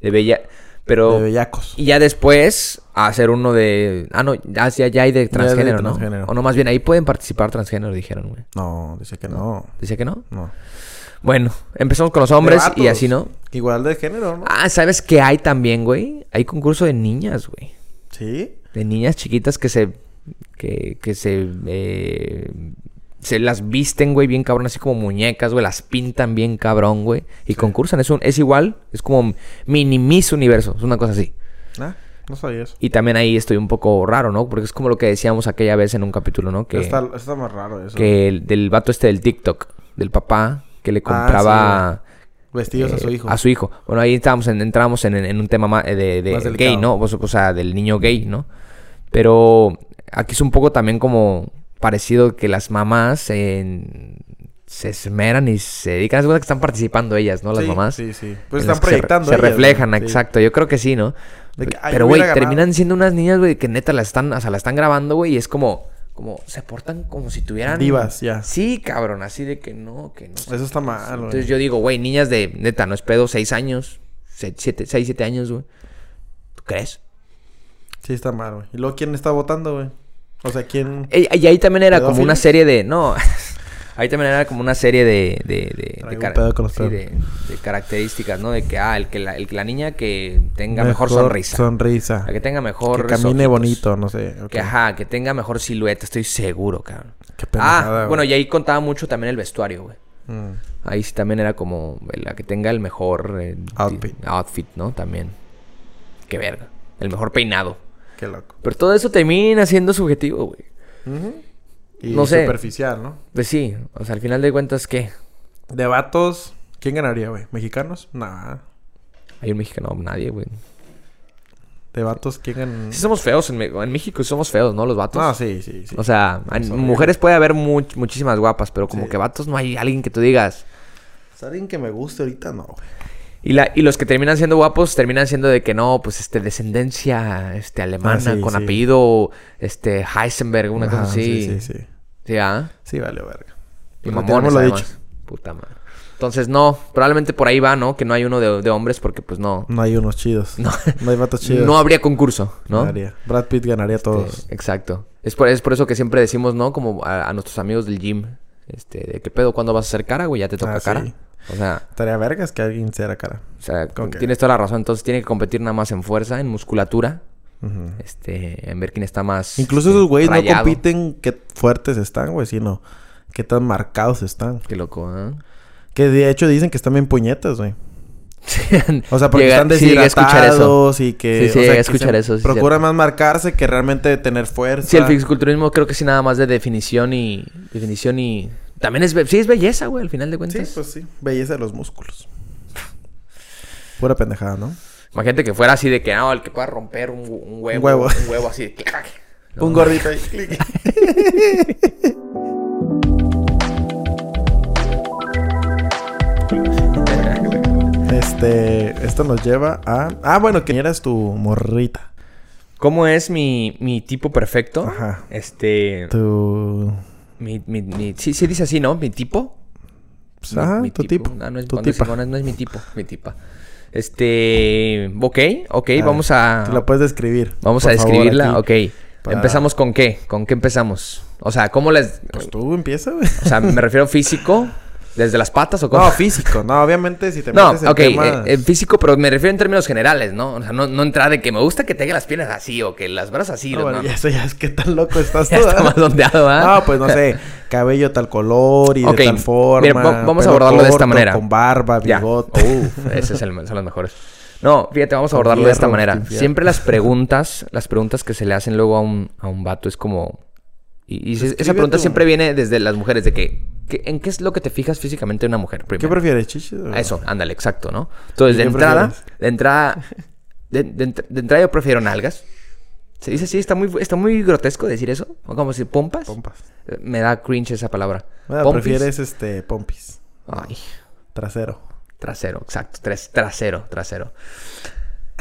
S3: De bella... Pero...
S4: De bellacos.
S3: Y ya después hacer uno de... Ah, no. Ya, ya- ya hay de transgénero, ¿no?
S4: transgénero.
S3: O no, más bien ahí pueden participar transgénero, dijeron, güey.
S4: No, dice que no.
S3: Dice que no.
S4: No.
S3: Bueno, empezamos con los hombres
S4: De vatos.
S3: y así, ¿no?
S4: Igual de género, ¿no?
S3: Ah, ¿sabes qué hay también, güey? Hay concurso de niñas, güey.
S4: Sí.
S3: De niñas chiquitas que se. que, que se. eh, se las visten, güey, bien cabrón, así como muñecas, güey, las pintan bien cabrón, güey. Y concursan, es, un, es igual, es como mini Miss Universo, es una cosa así.
S4: Ah, no sabía eso.
S3: Y también ahí estoy un poco raro, ¿no? Porque es como lo que decíamos aquella vez en un capítulo, ¿no? Que,
S4: Está, está más raro eso.
S3: que el, del vato este del TikTok, del papá, que le
S4: Ah, sí,
S3: compraba...
S4: güey. Vestidos a
S3: eh,
S4: su hijo.
S3: A su hijo. Bueno, ahí estábamos en, entramos en, en un tema ma- eh, de, de
S4: Más delicado.
S3: gay, ¿no? O, o sea, del niño gay, ¿no? Pero aquí es un poco también como parecido que las mamás en- se esmeran y se dedican. Es verdad que están participando ellas, ¿no? Las
S4: Sí,
S3: mamás.
S4: Sí, sí. Pues
S3: en las que se
S4: están
S3: re-
S4: proyectando.
S3: Se,
S4: ellas,
S3: reflejan,
S4: güey. Sí.
S3: exacto. Yo creo que sí, ¿no?
S4: De que, ay,
S3: Pero,
S4: yo
S3: güey,
S4: hubiera ganado.
S3: terminan siendo unas niñas, güey, que neta las están, o sea, las están grabando, güey, y es como, como, se portan como si tuvieran.
S4: Divas, ya.
S3: Sí, cabrón, así de que no, que no. sé
S4: Eso está mal, güey.
S3: entonces yo digo, güey, niñas de neta, no es pedo, seis años, se- siete, seis, siete años, güey. ¿Tú crees?
S4: Sí, está mal, güey. ¿Y luego quién está votando, güey? O sea, ¿quién...?
S3: Y, y ahí también era como
S4: ¿Pedófilos?
S3: una serie de. No. Ahí también era como una serie de. de, de- de,
S4: Traigo un
S3: cara-
S4: pedo con los
S3: sí,
S4: pedos.
S3: de- de características, ¿no? De que, ah, el que la, el que la niña que tenga mejor, sonrisa.
S4: Sonrisa.
S3: La que tenga mejor.
S4: Que
S3: ojitos.
S4: camine bonito, no sé. ok.
S3: Que ajá, que tenga mejor silueta, estoy seguro, cabrón.
S4: Qué
S3: ah,
S4: pendejada,
S3: bueno,
S4: güey.
S3: y ahí contaba mucho también el vestuario, güey.
S4: Mm.
S3: Ahí sí también era como la que tenga el mejor eh,
S4: Outfit.
S3: ti- outfit, ¿no? También. Qué verga. El mejor peinado.
S4: Qué loco.
S3: Pero todo eso termina siendo subjetivo, güey.
S4: Y
S3: No sé.
S4: superficial, ¿no?
S3: Pues sí, o sea, al final de cuentas, ¿qué?
S4: De vatos... ¿Quién ganaría, güey? ¿Mexicanos? Nah.
S3: Hay un mexicano, nadie, güey.
S4: de vatos que hagan...
S3: Sí somos feos en, Me- en México, sí somos feos, ¿no? Los vatos.
S4: No, sí, sí, sí.
S3: O sea, en-
S4: Somos horribles.
S3: mujeres puede haber much- muchísimas guapas, pero como
S4: Sí.
S3: que vatos no hay alguien que tú digas.
S4: Es alguien que me guste ahorita, no, güey.
S3: Y, la, y los que terminan siendo guapos terminan siendo de que no, pues este descendencia este alemana
S4: Ah, sí,
S3: con
S4: sí.
S3: apellido este Heisenberg, una cosa
S4: Ajá,
S3: así.
S4: Sí, sí, sí.
S3: Sí, ¿ah?
S4: Sí, vale, verga.
S3: Y
S4: Pues
S3: mamones,
S4: retiramos lo
S3: además. Puta madre. Entonces, no, probablemente por ahí va, ¿no? Que no hay uno de, de hombres porque, pues, no.
S4: No hay unos chidos.
S3: No.
S4: No, hay vatos chidos.
S3: No habría concurso, ¿no?
S4: Ganaría. Brad Pitt ganaría todos.
S3: Este, exacto. Es por, es por eso que siempre decimos, ¿no? Como a, a nuestros amigos del gym. Este, de qué pedo, ¿cuándo vas a hacer cara, güey? Ya te toca
S4: Ah, sí.
S3: cara. O sea,
S4: Estaría vergas que alguien se hará cara.
S3: o sea,
S4: Ok.
S3: tienes toda la razón. Entonces tiene que competir nada más en fuerza, en musculatura.
S4: Ujú.
S3: Este, en ver quién está más.
S4: Incluso
S3: este,
S4: esos güeyes no
S3: rayado.
S4: compiten qué fuertes están, güey, sino qué tan marcados están.
S3: Qué loco, ¿eh?
S4: Que de hecho dicen que están bien puñetas, güey. O sea, porque
S3: Llega-
S4: están
S3: sí, llegué a escuchar eso.
S4: deshidratados y que...
S3: Sí, sí,
S4: o sea,
S3: llegué a
S4: que
S3: escuchar
S4: se
S3: eso, sí,
S4: Procura
S3: cierto.
S4: más marcarse que realmente tener fuerza.
S3: Sí, el fisiculturismo creo que sí nada más de definición y... Definición y... También es... be- Sí, es belleza, güey, al final de
S4: Sí,
S3: cuentas.
S4: pues sí. Belleza de los músculos. Pura pendejada, ¿no?
S3: Imagínate que fuera así de que, no, el que pueda romper un, hu- un huevo.
S4: pues. Un huevo.
S3: Un huevo así de clac.
S4: Un gordito ahí. clic. Este, esto nos lleva a... Ah, bueno, que eras tu morrita.
S3: ¿Cómo es mi, mi tipo perfecto?
S4: Ajá.
S3: Este...
S4: Tu...
S3: Mi, mi, mi- sí, sí dice así, ¿no? Mi tipo.
S4: pues,
S3: Mi-
S4: ajá,
S3: mi
S4: tu tipo.
S3: Ah, no es,
S4: tu
S3: no es-
S4: tipa.
S3: no es- no es mi tipo. Mi tipa. Este... Ok, ok. vamos a...
S4: Te la puedes describir.
S3: Vamos a
S4: por favor,
S3: describirla.
S4: aquí.
S3: ok.
S4: para-
S3: ¿Empezamos con qué? ¿Con qué empezamos? O sea, ¿cómo les...?
S4: Pues tú empieza, güey.
S3: O sea, me refiero físico, desde las patas o cómo.
S4: No, físico. No, obviamente si te
S3: No,
S4: metes en
S3: ok, eh,
S4: temas-
S3: eh, físico, pero me refiero en términos generales, ¿no? O sea, no, no entrar de que me gusta que tenga las piernas así o que las brazos así.
S4: Ah,
S3: No,
S4: bueno,
S3: no.
S4: ya sé, ya es que tan loco estás
S3: Ya
S4: tú,
S3: está
S4: ¿verdad?
S3: más ondeado, ¿ah?
S4: No, pues no sé, cabello tal color y
S3: Ok,
S4: de tal forma.
S3: mira, va- vamos a
S4: pelo
S3: abordarlo de esta
S4: corto,
S3: manera.
S4: Con barba,
S3: Ya.
S4: bigote.
S3: Uf, esos son los mejores. No, fíjate, vamos a
S4: Con
S3: abordarlo de esta
S4: hierro,
S3: manera.
S4: sin hierro.
S3: Siempre las preguntas, las preguntas que se le hacen luego a un, a un vato es como... Y, y
S4: Pues
S3: se- esa
S4: Describe
S3: pregunta
S4: tu-
S3: siempre viene desde las mujeres, de que, que- ¿En qué es lo que te fijas físicamente de una mujer?
S4: ¿Qué
S3: primero?
S4: prefieres, chichis? o-
S3: A Eso, ándale, exacto, ¿no? Entonces,
S4: ¿Y
S3: de
S4: qué
S3: entrada,
S4: prefieres?
S3: de entrada, de, de entr- de entrada yo prefiero nalgas. Se dice así, está muy, está muy grotesco decir eso. O como si pompas.
S4: Pompas.
S3: Eh, Me da cringe esa palabra.
S4: Bueno,
S3: Pompis.
S4: prefieres este pompis,
S3: Ay,
S4: trasero.
S3: trasero, exacto. tres- trasero, trasero.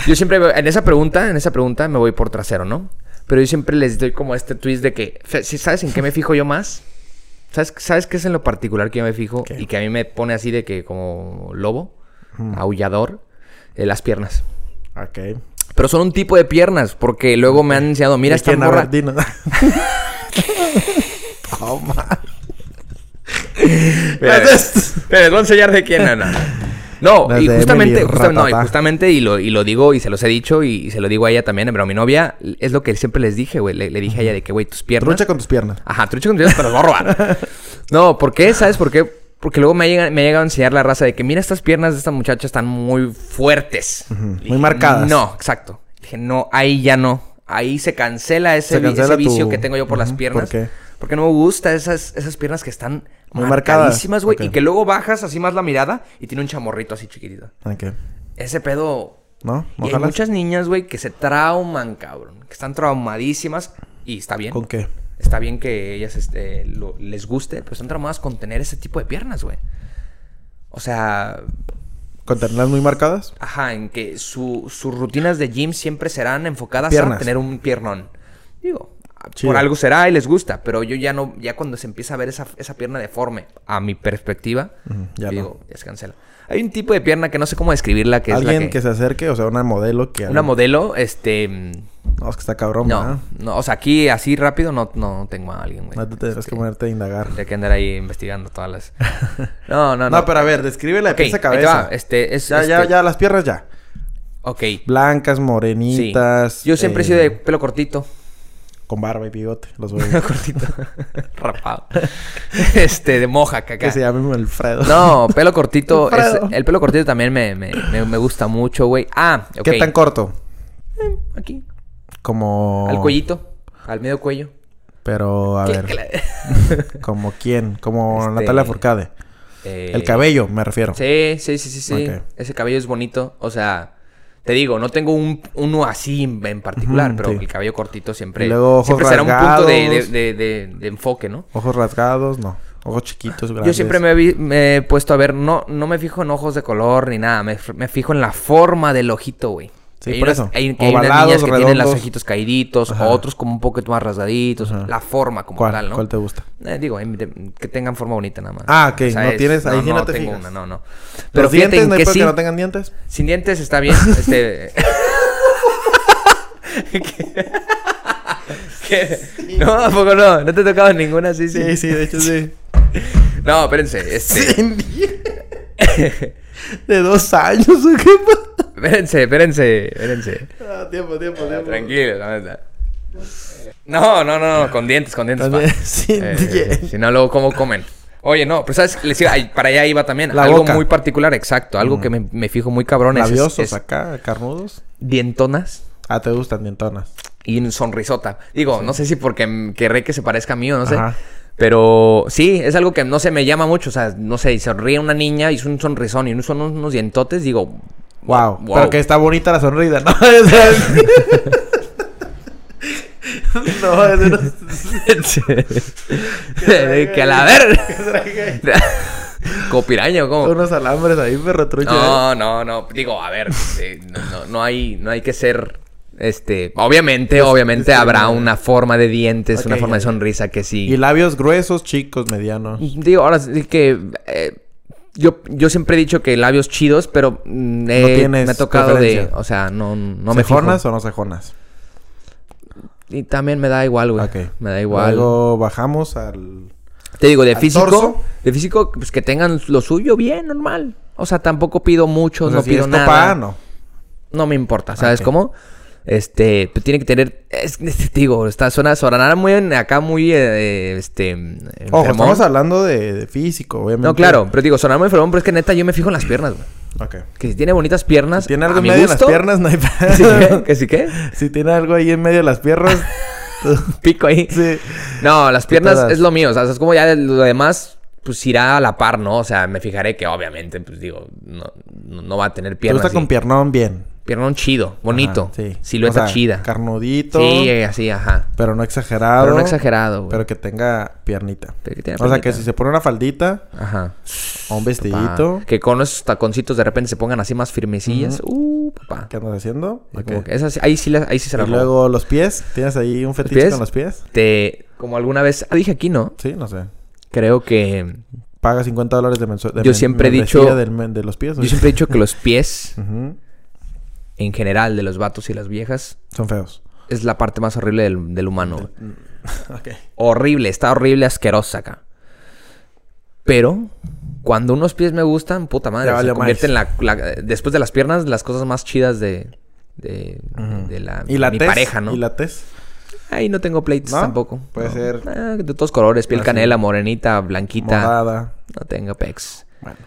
S3: Yo siempre, veo- en esa pregunta, en esa pregunta me voy por trasero, ¿no? Pero yo siempre les doy como este twist de que, fe- si ¿sabes en qué me fijo yo más? ¿Sabes, ¿Sabes qué es en lo particular que yo me fijo
S4: ¿Qué?
S3: y que a mí me pone así de que como lobo, aullador? Eh, las piernas.
S4: Ok.
S3: Pero son un tipo de piernas, porque luego me han enseñado, mira
S4: ¿De
S3: esta
S4: quién? A
S3: morra.
S4: ver, dinos.
S3: Mira, mira, les voy a enseñar de quién, no, no. No,
S4: Las
S3: y
S4: de
S3: justamente,
S4: Emily
S3: justa- no, y
S4: Ratatá.
S3: justamente, y lo, y lo digo, y se los he dicho, y, y se lo digo a ella también, pero a mi novia, es lo que siempre les dije, güey. Le, le dije a ella de que, güey, tus piernas.
S4: Trucha con tus piernas.
S3: Ajá, trucha con tus piernas, pero los voy a robar. No, ¿por qué? ¿Sabes por qué? Porque luego me ha llegado, me ha llegado a enseñar la raza de que, mira, estas piernas de esta muchacha están muy fuertes. Le dije,
S4: marcadas.
S3: No, exacto. Le Dije, no, ahí ya no. Ahí se cancela ese,
S4: Se
S3: vi-
S4: cancela
S3: ese vicio
S4: tu-
S3: que tengo yo por las
S4: Ujú, ¿por
S3: piernas.
S4: qué?
S3: Porque no me gusta esas, esas piernas que están
S4: Muy marcadas.
S3: marcadísimas, güey.
S4: Ok.
S3: Y que luego bajas así más la mirada y tiene un chamorrito así chiquitito.
S4: Ok.
S3: Ese pedo.
S4: ¿No?
S3: Y hay
S4: Ojalá.
S3: muchas niñas, güey, que se trauman, cabrón. Que están traumadísimas. Y está bien.
S4: ¿Con qué?
S3: Está bien que ellas este, lo- les guste, pero están traumadas con tener ese tipo de piernas, güey. O sea,
S4: ¿Con ternas muy marcadas?
S3: Ajá, en que su- sus rutinas de gym siempre serán enfocadas a
S4: Piernas.
S3: tener un piernón. Digo,
S4: Chido.
S3: por algo será y les gusta, pero yo ya no, ya cuando se empieza a ver esa, esa pierna deforme, a mi perspectiva,
S4: Ujú, ya
S3: digo, ya se cancela. Hay un tipo de pierna que no sé cómo describirla, que es la
S4: Alguien
S3: que,
S4: que... se acerque, o sea, una modelo que...
S3: una modelo, este, mm,
S4: No, es que está cabrón,
S3: no,
S4: ¿verdad?
S3: no, o sea, aquí así rápido no, no tengo a alguien, güey.
S4: No te tendrás
S3: Este,
S4: que ponerte a indagar.
S3: Tendría que andar ahí investigando todas las. No, no,
S4: No,
S3: no.
S4: pero a ver, descríbela de
S3: Ok,
S4: pies a
S3: ahí te
S4: cabeza.
S3: va, Este, es,
S4: ya, ya,
S3: este-
S4: ya, las piernas ya.
S3: Ok.
S4: Blancas,
S3: Sí.
S4: morenitas.
S3: Yo siempre he
S4: eh,
S3: sido de pelo cortito.
S4: Con barba y bigote, los voy
S3: Pelo cortito. Rapado. Este, de moja,
S4: Que se
S3: caca.
S4: llame Alfredo.
S3: No, pelo cortito.
S4: Alfredo.
S3: este, el pelo cortito también me, me, me- me gusta mucho, güey. Ah, ok.
S4: ¿Qué tan corto?
S3: Aquí.
S4: Como...
S3: Al cuellito. Al medio cuello.
S4: Pero, a
S3: Que-
S4: ver,
S3: que la-
S4: ¿como quién? Como
S3: Este,
S4: Natalia Furcade.
S3: Eh,
S4: El cabello, me refiero.
S3: Sí, sí, sí, sí, sí.
S4: Ok.
S3: Ese cabello es bonito. O sea, Te digo, no tengo un, uno así en en particular,
S4: Ujú,
S3: pero
S4: sí.
S3: el cabello cortito siempre,
S4: Y luego ojos
S3: siempre será un punto de, de-
S4: rasgados.
S3: de- de- de enfoque, ¿no?
S4: Ojos rasgados, no. Ojos chiquitos, grandes.
S3: Yo siempre me, vi- me he puesto a ver, no, no me fijo en ojos de color ni nada, me, f- me fijo en la forma del ojito, güey.
S4: Sí,
S3: hay
S4: por
S3: unas,
S4: eso.
S3: Hay, que hay unas
S4: Ovalados,
S3: niñas que tienen los
S4: redondos.
S3: ojitos caíditos,
S4: Ajá.
S3: otros como un poquito más rasgaditos,
S4: Ajá.
S3: la forma como
S4: ¿Cuál,
S3: tal, ¿no?
S4: ¿Cuál te gusta?
S3: Eh, digo, em, de- que tengan forma bonita nada más.
S4: Ah, ok, no tienes- ahí sí
S3: no,
S4: no te
S3: tengo
S4: fijas.
S3: una, no, no. Pero
S4: ¿Los
S3: fíjate
S4: dientes?
S3: en
S4: ¿No hay
S3: que
S4: pedo
S3: sí,
S4: que no tengan dientes?
S3: sin dientes está bien. Este... ¿Qué? ¿Qué? No, ¿a poco no? ¿No te he tocado ninguna así? Sí,
S4: sí, de hecho sí.
S3: No, espérense. Este...
S4: ¿De dos años o qué?
S3: Espérense, espérense, espérense.
S4: Ah, tiempo, tiempo,
S3: Ah,
S4: tiempo.
S3: Tranquilos, la neta. No, no, no, no, con dientes, con dientes. pa.
S4: También sin
S3: Eh,
S4: dientes.
S3: Si no, luego cómo comen. Oye, no, pero sabes, les iba- ay, para allá iba también.
S4: La
S3: algo
S4: boca. Mm.
S3: muy particular, exacto. Algo que me, me fijo muy cabrón es,
S4: Labiosos
S3: es-
S4: acá, carnudos.
S3: dientonas
S4: Ah, te gustan dientonas.
S3: y un sonrisota. Digo, no sé si porque mm, querré que se parezca a mí o no sé.
S4: Ajá.
S3: Pero sí, es algo que no se me llama mucho. O sea, no sé, y sonríe una niña y es un sonrisón y son unos dientotes, digo.
S4: Wow.
S3: Wow.
S4: Pero que está bonita la sonrisa, ¿no? O sea, no, es una...
S3: que a la ver. Copiraño, ¿cómo?
S4: unos alambres ahí, perro ¿eh? trucho.
S3: No, no, no. Digo, a ver, eh, no, no- no hay, no hay que ser. Este, obviamente, obviamente
S4: es que-
S3: habrá una forma de dientes, una
S4: Ok,
S3: forma
S4: ya,
S3: de
S4: ya.
S3: sonrisa que sí.
S4: Y labios gruesos, chicos, medianos.
S3: Digo, ahora sí que eh, yo, yo siempre he dicho que labios chidos, pero mm, eh,
S4: tienes
S3: me ha tocado de,
S4: preferencia.
S3: o sea, no, no me fijo.
S4: ¿Cejonas o no cejonas?
S3: Y también me da igual, güey.
S4: Ok.
S3: Pues, Me da igual.
S4: Luego bajamos al...
S3: Te digo, de
S4: al
S3: físico,
S4: torso.
S3: de físico, pues que tengan lo suyo bien, normal. O sea, tampoco pido mucho,
S4: O sea,
S3: Pues no
S4: si
S3: pido
S4: es
S3: nada.
S4: copa, no. Ah,
S3: No me importa, ¿sabes
S4: Ok.
S3: cómo? Este, pues, tiene que tener, es, es- digo, está, suena, suena muy, en- acá muy, eh, este,
S4: Ojo,
S3: enfermón.
S4: estamos hablando de, de físico, obviamente.
S3: No, claro, pero digo, sonar muy enfermón, pero es que neta yo me fijo en las piernas, güey.
S4: Ok.
S3: Que si tiene bonitas piernas,
S4: Si tiene
S3: a
S4: algo en
S3: mi
S4: medio de las
S3: gusto,
S4: piernas, no hay
S3: ¿Que sí qué?
S4: pedo.
S3: ¿Que sí qué?
S4: Si tiene algo ahí en medio de las piernas,
S3: Pico ahí.
S4: sí.
S3: No, las piernas
S4: das.
S3: es lo mío, o sea, es como ya lo demás, pues irá a la par, ¿no? O sea, me fijaré que obviamente, pues digo, no, no no va a tener
S4: Te
S3: piernas.
S4: gusta
S3: así.
S4: con piernón bien.
S3: Piernón chido, bonito.
S4: Ajá, sí.
S3: Silueta
S4: O sea,
S3: chida.
S4: Carnudito.
S3: Sí, así, ajá.
S4: Pero no exagerado.
S3: Pero no exagerado, güey.
S4: Pero que tenga piernita.
S3: Pero que tenga
S4: O sea, que
S3: piernita.
S4: si se pone una faldita
S3: Ajá.
S4: o un vestidito.
S3: Pa. Que con esos taconcitos de repente se pongan así más firmecillas. Uh, papá.
S4: ¿Qué andas haciendo?
S3: Y
S4: Ok.
S3: como que esas- ahí, sí la- ahí sí se la
S4: Y
S3: robo.
S4: luego los pies. ¿Tienes ahí un fetiche
S3: pies?
S4: con los pies?
S3: Te, como alguna vez ah, dije aquí, ¿no?
S4: Sí, no sé.
S3: Creo que.
S4: Paga 50 dólares de mensual.
S3: Yo siempre he dicho-
S4: de los pies.
S3: Yo
S4: oye.
S3: siempre he dicho que los pies,
S4: Ujú.
S3: en general, de los vatos y las viejas,
S4: Son feos.
S3: es la parte más horrible del, del humano. güey. Mm.
S4: Ok.
S3: Horrible, está horrible, asquerosa acá. Pero cuando unos pies me gustan, puta madre,
S4: Ya
S3: se
S4: valió
S3: convierte en la, la- después de las piernas, las cosas más chidas de, de, de la,
S4: ¿Y la
S3: mi
S4: tez?
S3: pareja, ¿no?
S4: ¿Y la tez?
S3: Ahí no tengo plates
S4: ¿No?
S3: tampoco.
S4: Puede
S3: No.
S4: ser-
S3: Ah, de todos colores, piel
S4: Así.
S3: canela, morenita, blanquita.
S4: Morada.
S3: No tengo pecs.
S4: Bueno.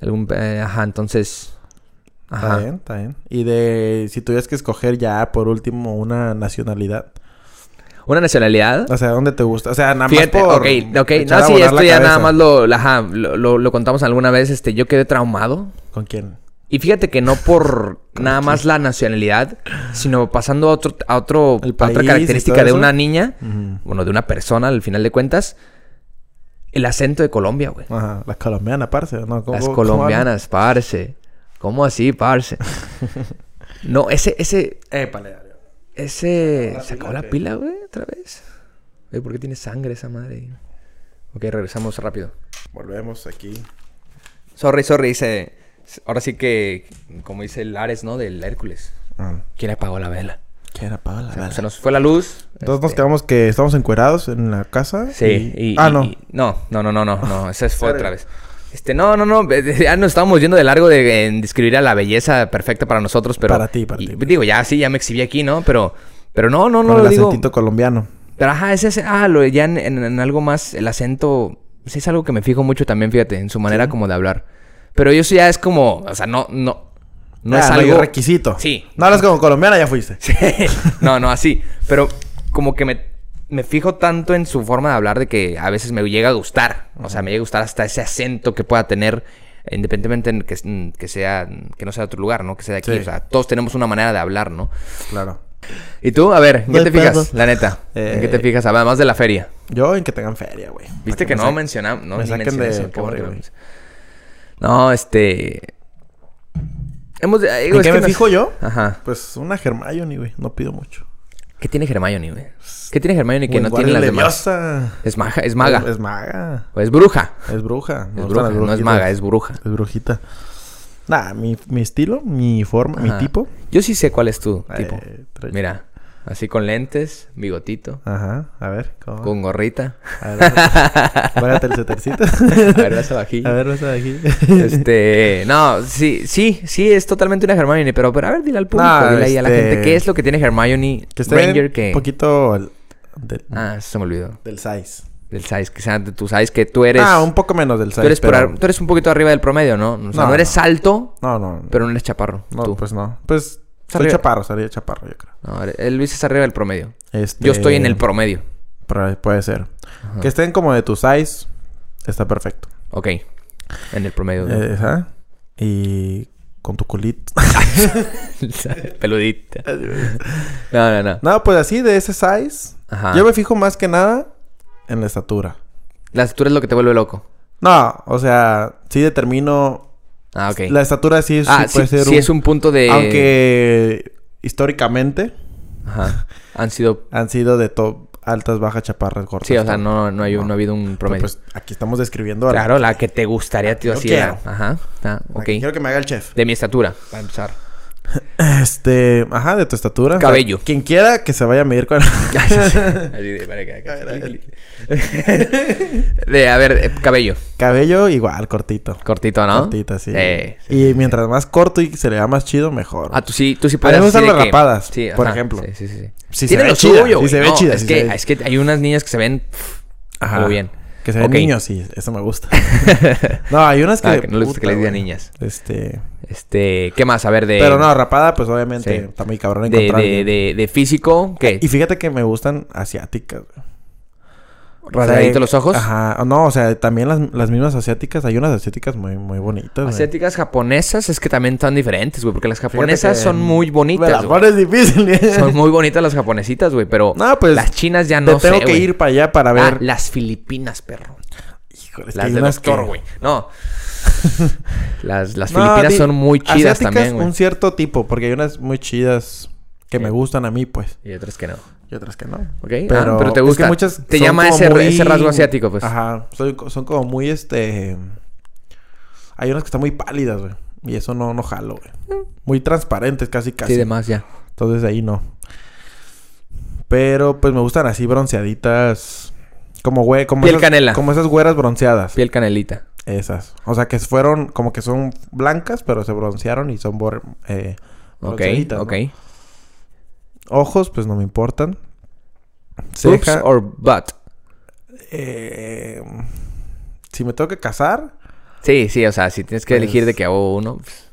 S3: Algún, eh, ajá, entonces.
S4: Está
S3: Ajá.
S4: bien, está bien. Y de... Si tuvieras que escoger ya, por último, una nacionalidad.
S3: Una nacionalidad.
S4: O sea, ¿dónde te gusta? O sea, nada
S3: Fíjate,
S4: más por...
S3: ok, ok.
S4: echar
S3: No,
S4: a
S3: sí,
S4: volar
S3: esto
S4: la
S3: ya
S4: cabeza.
S3: nada más lo, la- ajá, lo, lo- lo contamos alguna vez. Este, yo quedé traumado.
S4: ¿Con quién?
S3: Y fíjate que no por nada más la nacionalidad, sino pasando a, otro, a, otro,
S4: El
S3: a otra
S4: país y
S3: característica
S4: todo
S3: de
S4: eso.
S3: una niña,
S4: Ujú.
S3: bueno, de una persona al final de cuentas, el acento de Colombia, güey.
S4: Ajá, las colombianas, parce. No, ¿Cómo-
S3: Las
S4: cómo-
S3: colombianas, parce. ¿Cómo así, parce? no, ese, ese,
S4: cómo hablan? Épale, dale.
S3: ese... ¿Sacó la pila, güey? ¿Otra vez? Güey, ¿por qué tiene sangre esa madre? ahí? Ok, regresamos rápido.
S4: Volvemos aquí.
S3: Sorry, sorry, dice... Ahora sí que, como dice el Ares, ¿no? Del Hércules. ¿Quién apagó la vela?
S4: Ah, ¿Qué era, Paola?
S3: Se- Se nos fue la luz.
S4: Entonces nos
S3: este,
S4: quedamos que estamos encuerados en la casa.
S3: Sí, y,
S4: ah,
S3: y-
S4: no.
S3: y- no, no, no, no, no, no, esa fue otra vez. Este, no, no, no, ya nos estábamos yendo de largo de, en describir a la belleza perfecta para nosotros, pero...
S4: Para ti, para
S3: y-
S4: ti.
S3: Digo, ya sí, ya me exhibí aquí, ¿no? Pero, pero no, no, no,
S4: Con
S3: lo
S4: el
S3: digo...
S4: acentito colombiano.
S3: Pero ajá, ese, ese- ah, lo, ya en, en- en algo más, el acento, sí es algo que me fijo mucho también, fíjate, en su manera como de hablar. Pero eso ya es como, o sea, no, no, no
S4: Ah,
S3: es algo...
S4: hay requisito.
S3: Sí.
S4: No hablas como colombiana, ya fuiste.
S3: Sí. No, no, así. Pero como que me, me fijo tanto en su forma de hablar de que a veces me llega a gustar. O sea, me llega a gustar hasta ese acento que pueda tener independientemente en que, en que sea, que no sea de otro lugar, ¿no? Que sea de aquí.
S4: Sí.
S3: O sea, todos tenemos una manera de hablar, ¿no?
S4: Claro.
S3: ¿Y tú? A ver, ¿en qué
S4: No
S3: te
S4: hay pedo.
S3: fijas? La neta. ¿En qué te
S4: Eh,
S3: fijas? Además de la feria.
S4: Yo en que tengan feria, güey.
S3: Viste
S4: Para
S3: que
S4: me
S3: no
S4: saquen-
S3: mencionamos. No,
S4: me
S3: Ni
S4: saquen
S3: mencioné
S4: de
S3: eso, qué bueno
S4: pobre,
S3: que no
S4: güey.
S3: mencioné. No, este. Hemos. eh, digo,
S4: ¿En
S3: es
S4: qué
S3: que
S4: me
S3: nos-
S4: fijo yo?
S3: Ajá.
S4: Pues una Hermione, güey. No pido mucho.
S3: ¿Qué tiene Hermione, güey? ¿Qué tiene Hermione que no
S4: Wingardium
S3: tiene las demás?
S4: Leviosa.
S3: Es maga, es maga.
S4: Es, es maga.
S3: O es bruja.
S4: Es bruja. Me
S3: Es
S4: gustan
S3: bruja,
S4: las
S3: no es
S4: brujitas.
S3: maga, es bruja.
S4: Es brujita. Nah, mi, mi estilo, mi forma, mi
S3: Ajá.
S4: tipo.
S3: Yo sí sé cuál es tu tipo.
S4: Eh, tra-
S3: Mira, así con lentes, bigotito,
S4: Ajá. A ver. ¿cómo?
S3: con gorrita.
S4: A ver. Párate el setercito.
S3: A ver, vas abajillo.
S4: A ver, vas aquí.
S3: Este, no, sí, sí, sí, es totalmente una Hermione, pero, pero a ver, dile al público,
S4: No,
S3: dile ahí a la
S4: este-
S3: gente qué es lo que tiene Hermione
S4: Que esté
S3: Ranger que...
S4: un poquito al- del,
S3: Ah, se me olvidó.
S4: del size.
S3: Del size, que sea, tú sabes que tú eres...
S4: Ah, un poco menos del size.
S3: tú, eres por
S4: pero-
S3: ar- tú eres un poquito arriba del promedio, ¿no? O sea, no,
S4: No,
S3: eres alto,
S4: No, no.
S3: pero no eres chaparro,
S4: no,
S3: tú.
S4: pues no. Pues soy
S3: Arriba.
S4: chaparro, sería chaparro, yo creo.
S3: No, eres- el Luis es arriba del promedio.
S4: Este,
S3: Yo estoy en el promedio.
S4: pro- Puede ser.
S3: Ajá.
S4: Que estén como de tu size. Está perfecto.
S3: Ok, en el promedio. ¿no?
S4: Eh, ajá. Y con tu culito.
S3: Peludita. No, no, no.
S4: no, pues así, de ese size.
S3: Ajá.
S4: Yo me fijo más que nada en la estatura.
S3: La estatura es lo que te vuelve loco.
S4: No, o sea, sí determino...
S3: Ah, ok.
S4: La estatura sí, es-
S3: ah,
S4: sí
S3: sí,
S4: puede ser
S3: sí es un punto de...
S4: Aunque históricamente
S3: Ajá. Han sido...
S4: han sido de top altas, bajas, chaparras, gordas.
S3: Sí, o sea,
S4: todo.
S3: no, no, hay, no. ha habido un
S4: Pero,
S3: promedio.
S4: Pues aquí estamos describiendo a la-
S3: claro, la que te gustaría, tío,
S4: Yo
S3: así.
S4: quiero.
S3: la- Ajá. Ah,
S4: la
S3: ok.
S4: que Quiero que me haga el chef.
S3: De mi estatura, para empezar.
S4: Este, ajá, de tu estatura.
S3: Cabello.
S4: O sea, quien quiera que se vaya a medir con...
S3: Así de, para acá, acá. De, a ver, eh, cabello.
S4: Cabello igual, cortito.
S3: Cortito, ¿no?
S4: Cortita, sí.
S3: Eh,
S4: Y mientras más corto y se le vea más chido, mejor.
S3: Ah, tú sí, tú sí
S4: A mí
S3: puedes
S4: me gustan
S3: decir
S4: las
S3: que-
S4: rapadas, por
S3: ajá,
S4: ejemplo.
S3: Sí, sí, sí.
S4: Si se
S3: Tienen
S4: ve
S3: lo
S4: chida,
S3: suyo,
S4: si
S3: güey,
S4: se ve
S3: no,
S4: chida,
S3: Es,
S4: si
S3: que,
S4: se ve-
S3: es que hay unas niñas que se ven pff, algo bien.
S4: Que se ven
S3: Ok.
S4: niños, sí. Eso me gusta. no, hay unas que...
S3: Ah, que no les gusta que
S4: puta,
S3: les digan
S4: güey.
S3: niñas.
S4: Este...
S3: Este, ¿qué más? A ver, de...
S4: Pero no, rapada, pues
S3: Sí.
S4: obviamente está muy
S3: de,
S4: cabrón encontrar
S3: de,
S4: alguien.
S3: de, de físico, ¿qué?
S4: Y fíjate que me gustan asiáticas. güey. O sea,
S3: ¿Rasgadito los ojos?
S4: Ajá. No, o sea, también las, las mismas asiáticas. Hay unas asiáticas muy, muy bonitas. güey.
S3: Asiáticas japonesas es que también están diferentes, güey. Porque las
S4: Fíjate
S3: japonesas
S4: que
S3: son muy
S4: Me la
S3: bonitas, güey.
S4: pones difícil. ¿eh?
S3: Son muy bonitas las japonesitas, güey. Pero
S4: No, pues,
S3: las chinas ya
S4: Te
S3: no
S4: tengo
S3: sé,
S4: que
S3: güey.
S4: ir para allá para
S3: Ah,
S4: ver.
S3: las filipinas, perro.
S4: Híjole, es que
S3: Las
S4: hay
S3: de
S4: unas
S3: doctor,
S4: que-
S3: güey. No. las las
S4: No,
S3: filipinas
S4: di-
S3: son muy chidas
S4: asiáticas,
S3: también, güey.
S4: un cierto tipo. Porque hay unas muy chidas que
S3: Sí.
S4: me gustan a mí, pues.
S3: Y otras que no.
S4: Y otras que no.
S3: Ok, ah, pero te
S4: es
S3: gusta.
S4: que muchas
S3: Te
S4: son
S3: llama
S4: como
S3: ese- ese rasgo asiático, pues.
S4: Ajá. Son, son como muy, este... Hay unas que están muy pálidas, güey. Y eso no, no jalo, güey. Muy transparentes, casi, casi.
S3: Mm. Sí, demás ya.
S4: Entonces ahí no. Pero pues me gustan así bronceaditas. Como güey, como
S3: Piel
S4: esas,
S3: canela.
S4: Como esas güeras bronceadas.
S3: Piel canelita.
S4: Esas. O sea que fueron, como que son blancas, pero se broncearon y son bor- eh,
S3: Ok,
S4: bronceaditas, ¿no?
S3: ok.
S4: Ojos, pues no me importan.
S3: Boobs
S4: Ceja-
S3: or butt.
S4: eh, si me tengo que casar,
S3: Sí, sí, o sea, si tienes que
S4: Pues-
S3: elegir de que hago uno, pues,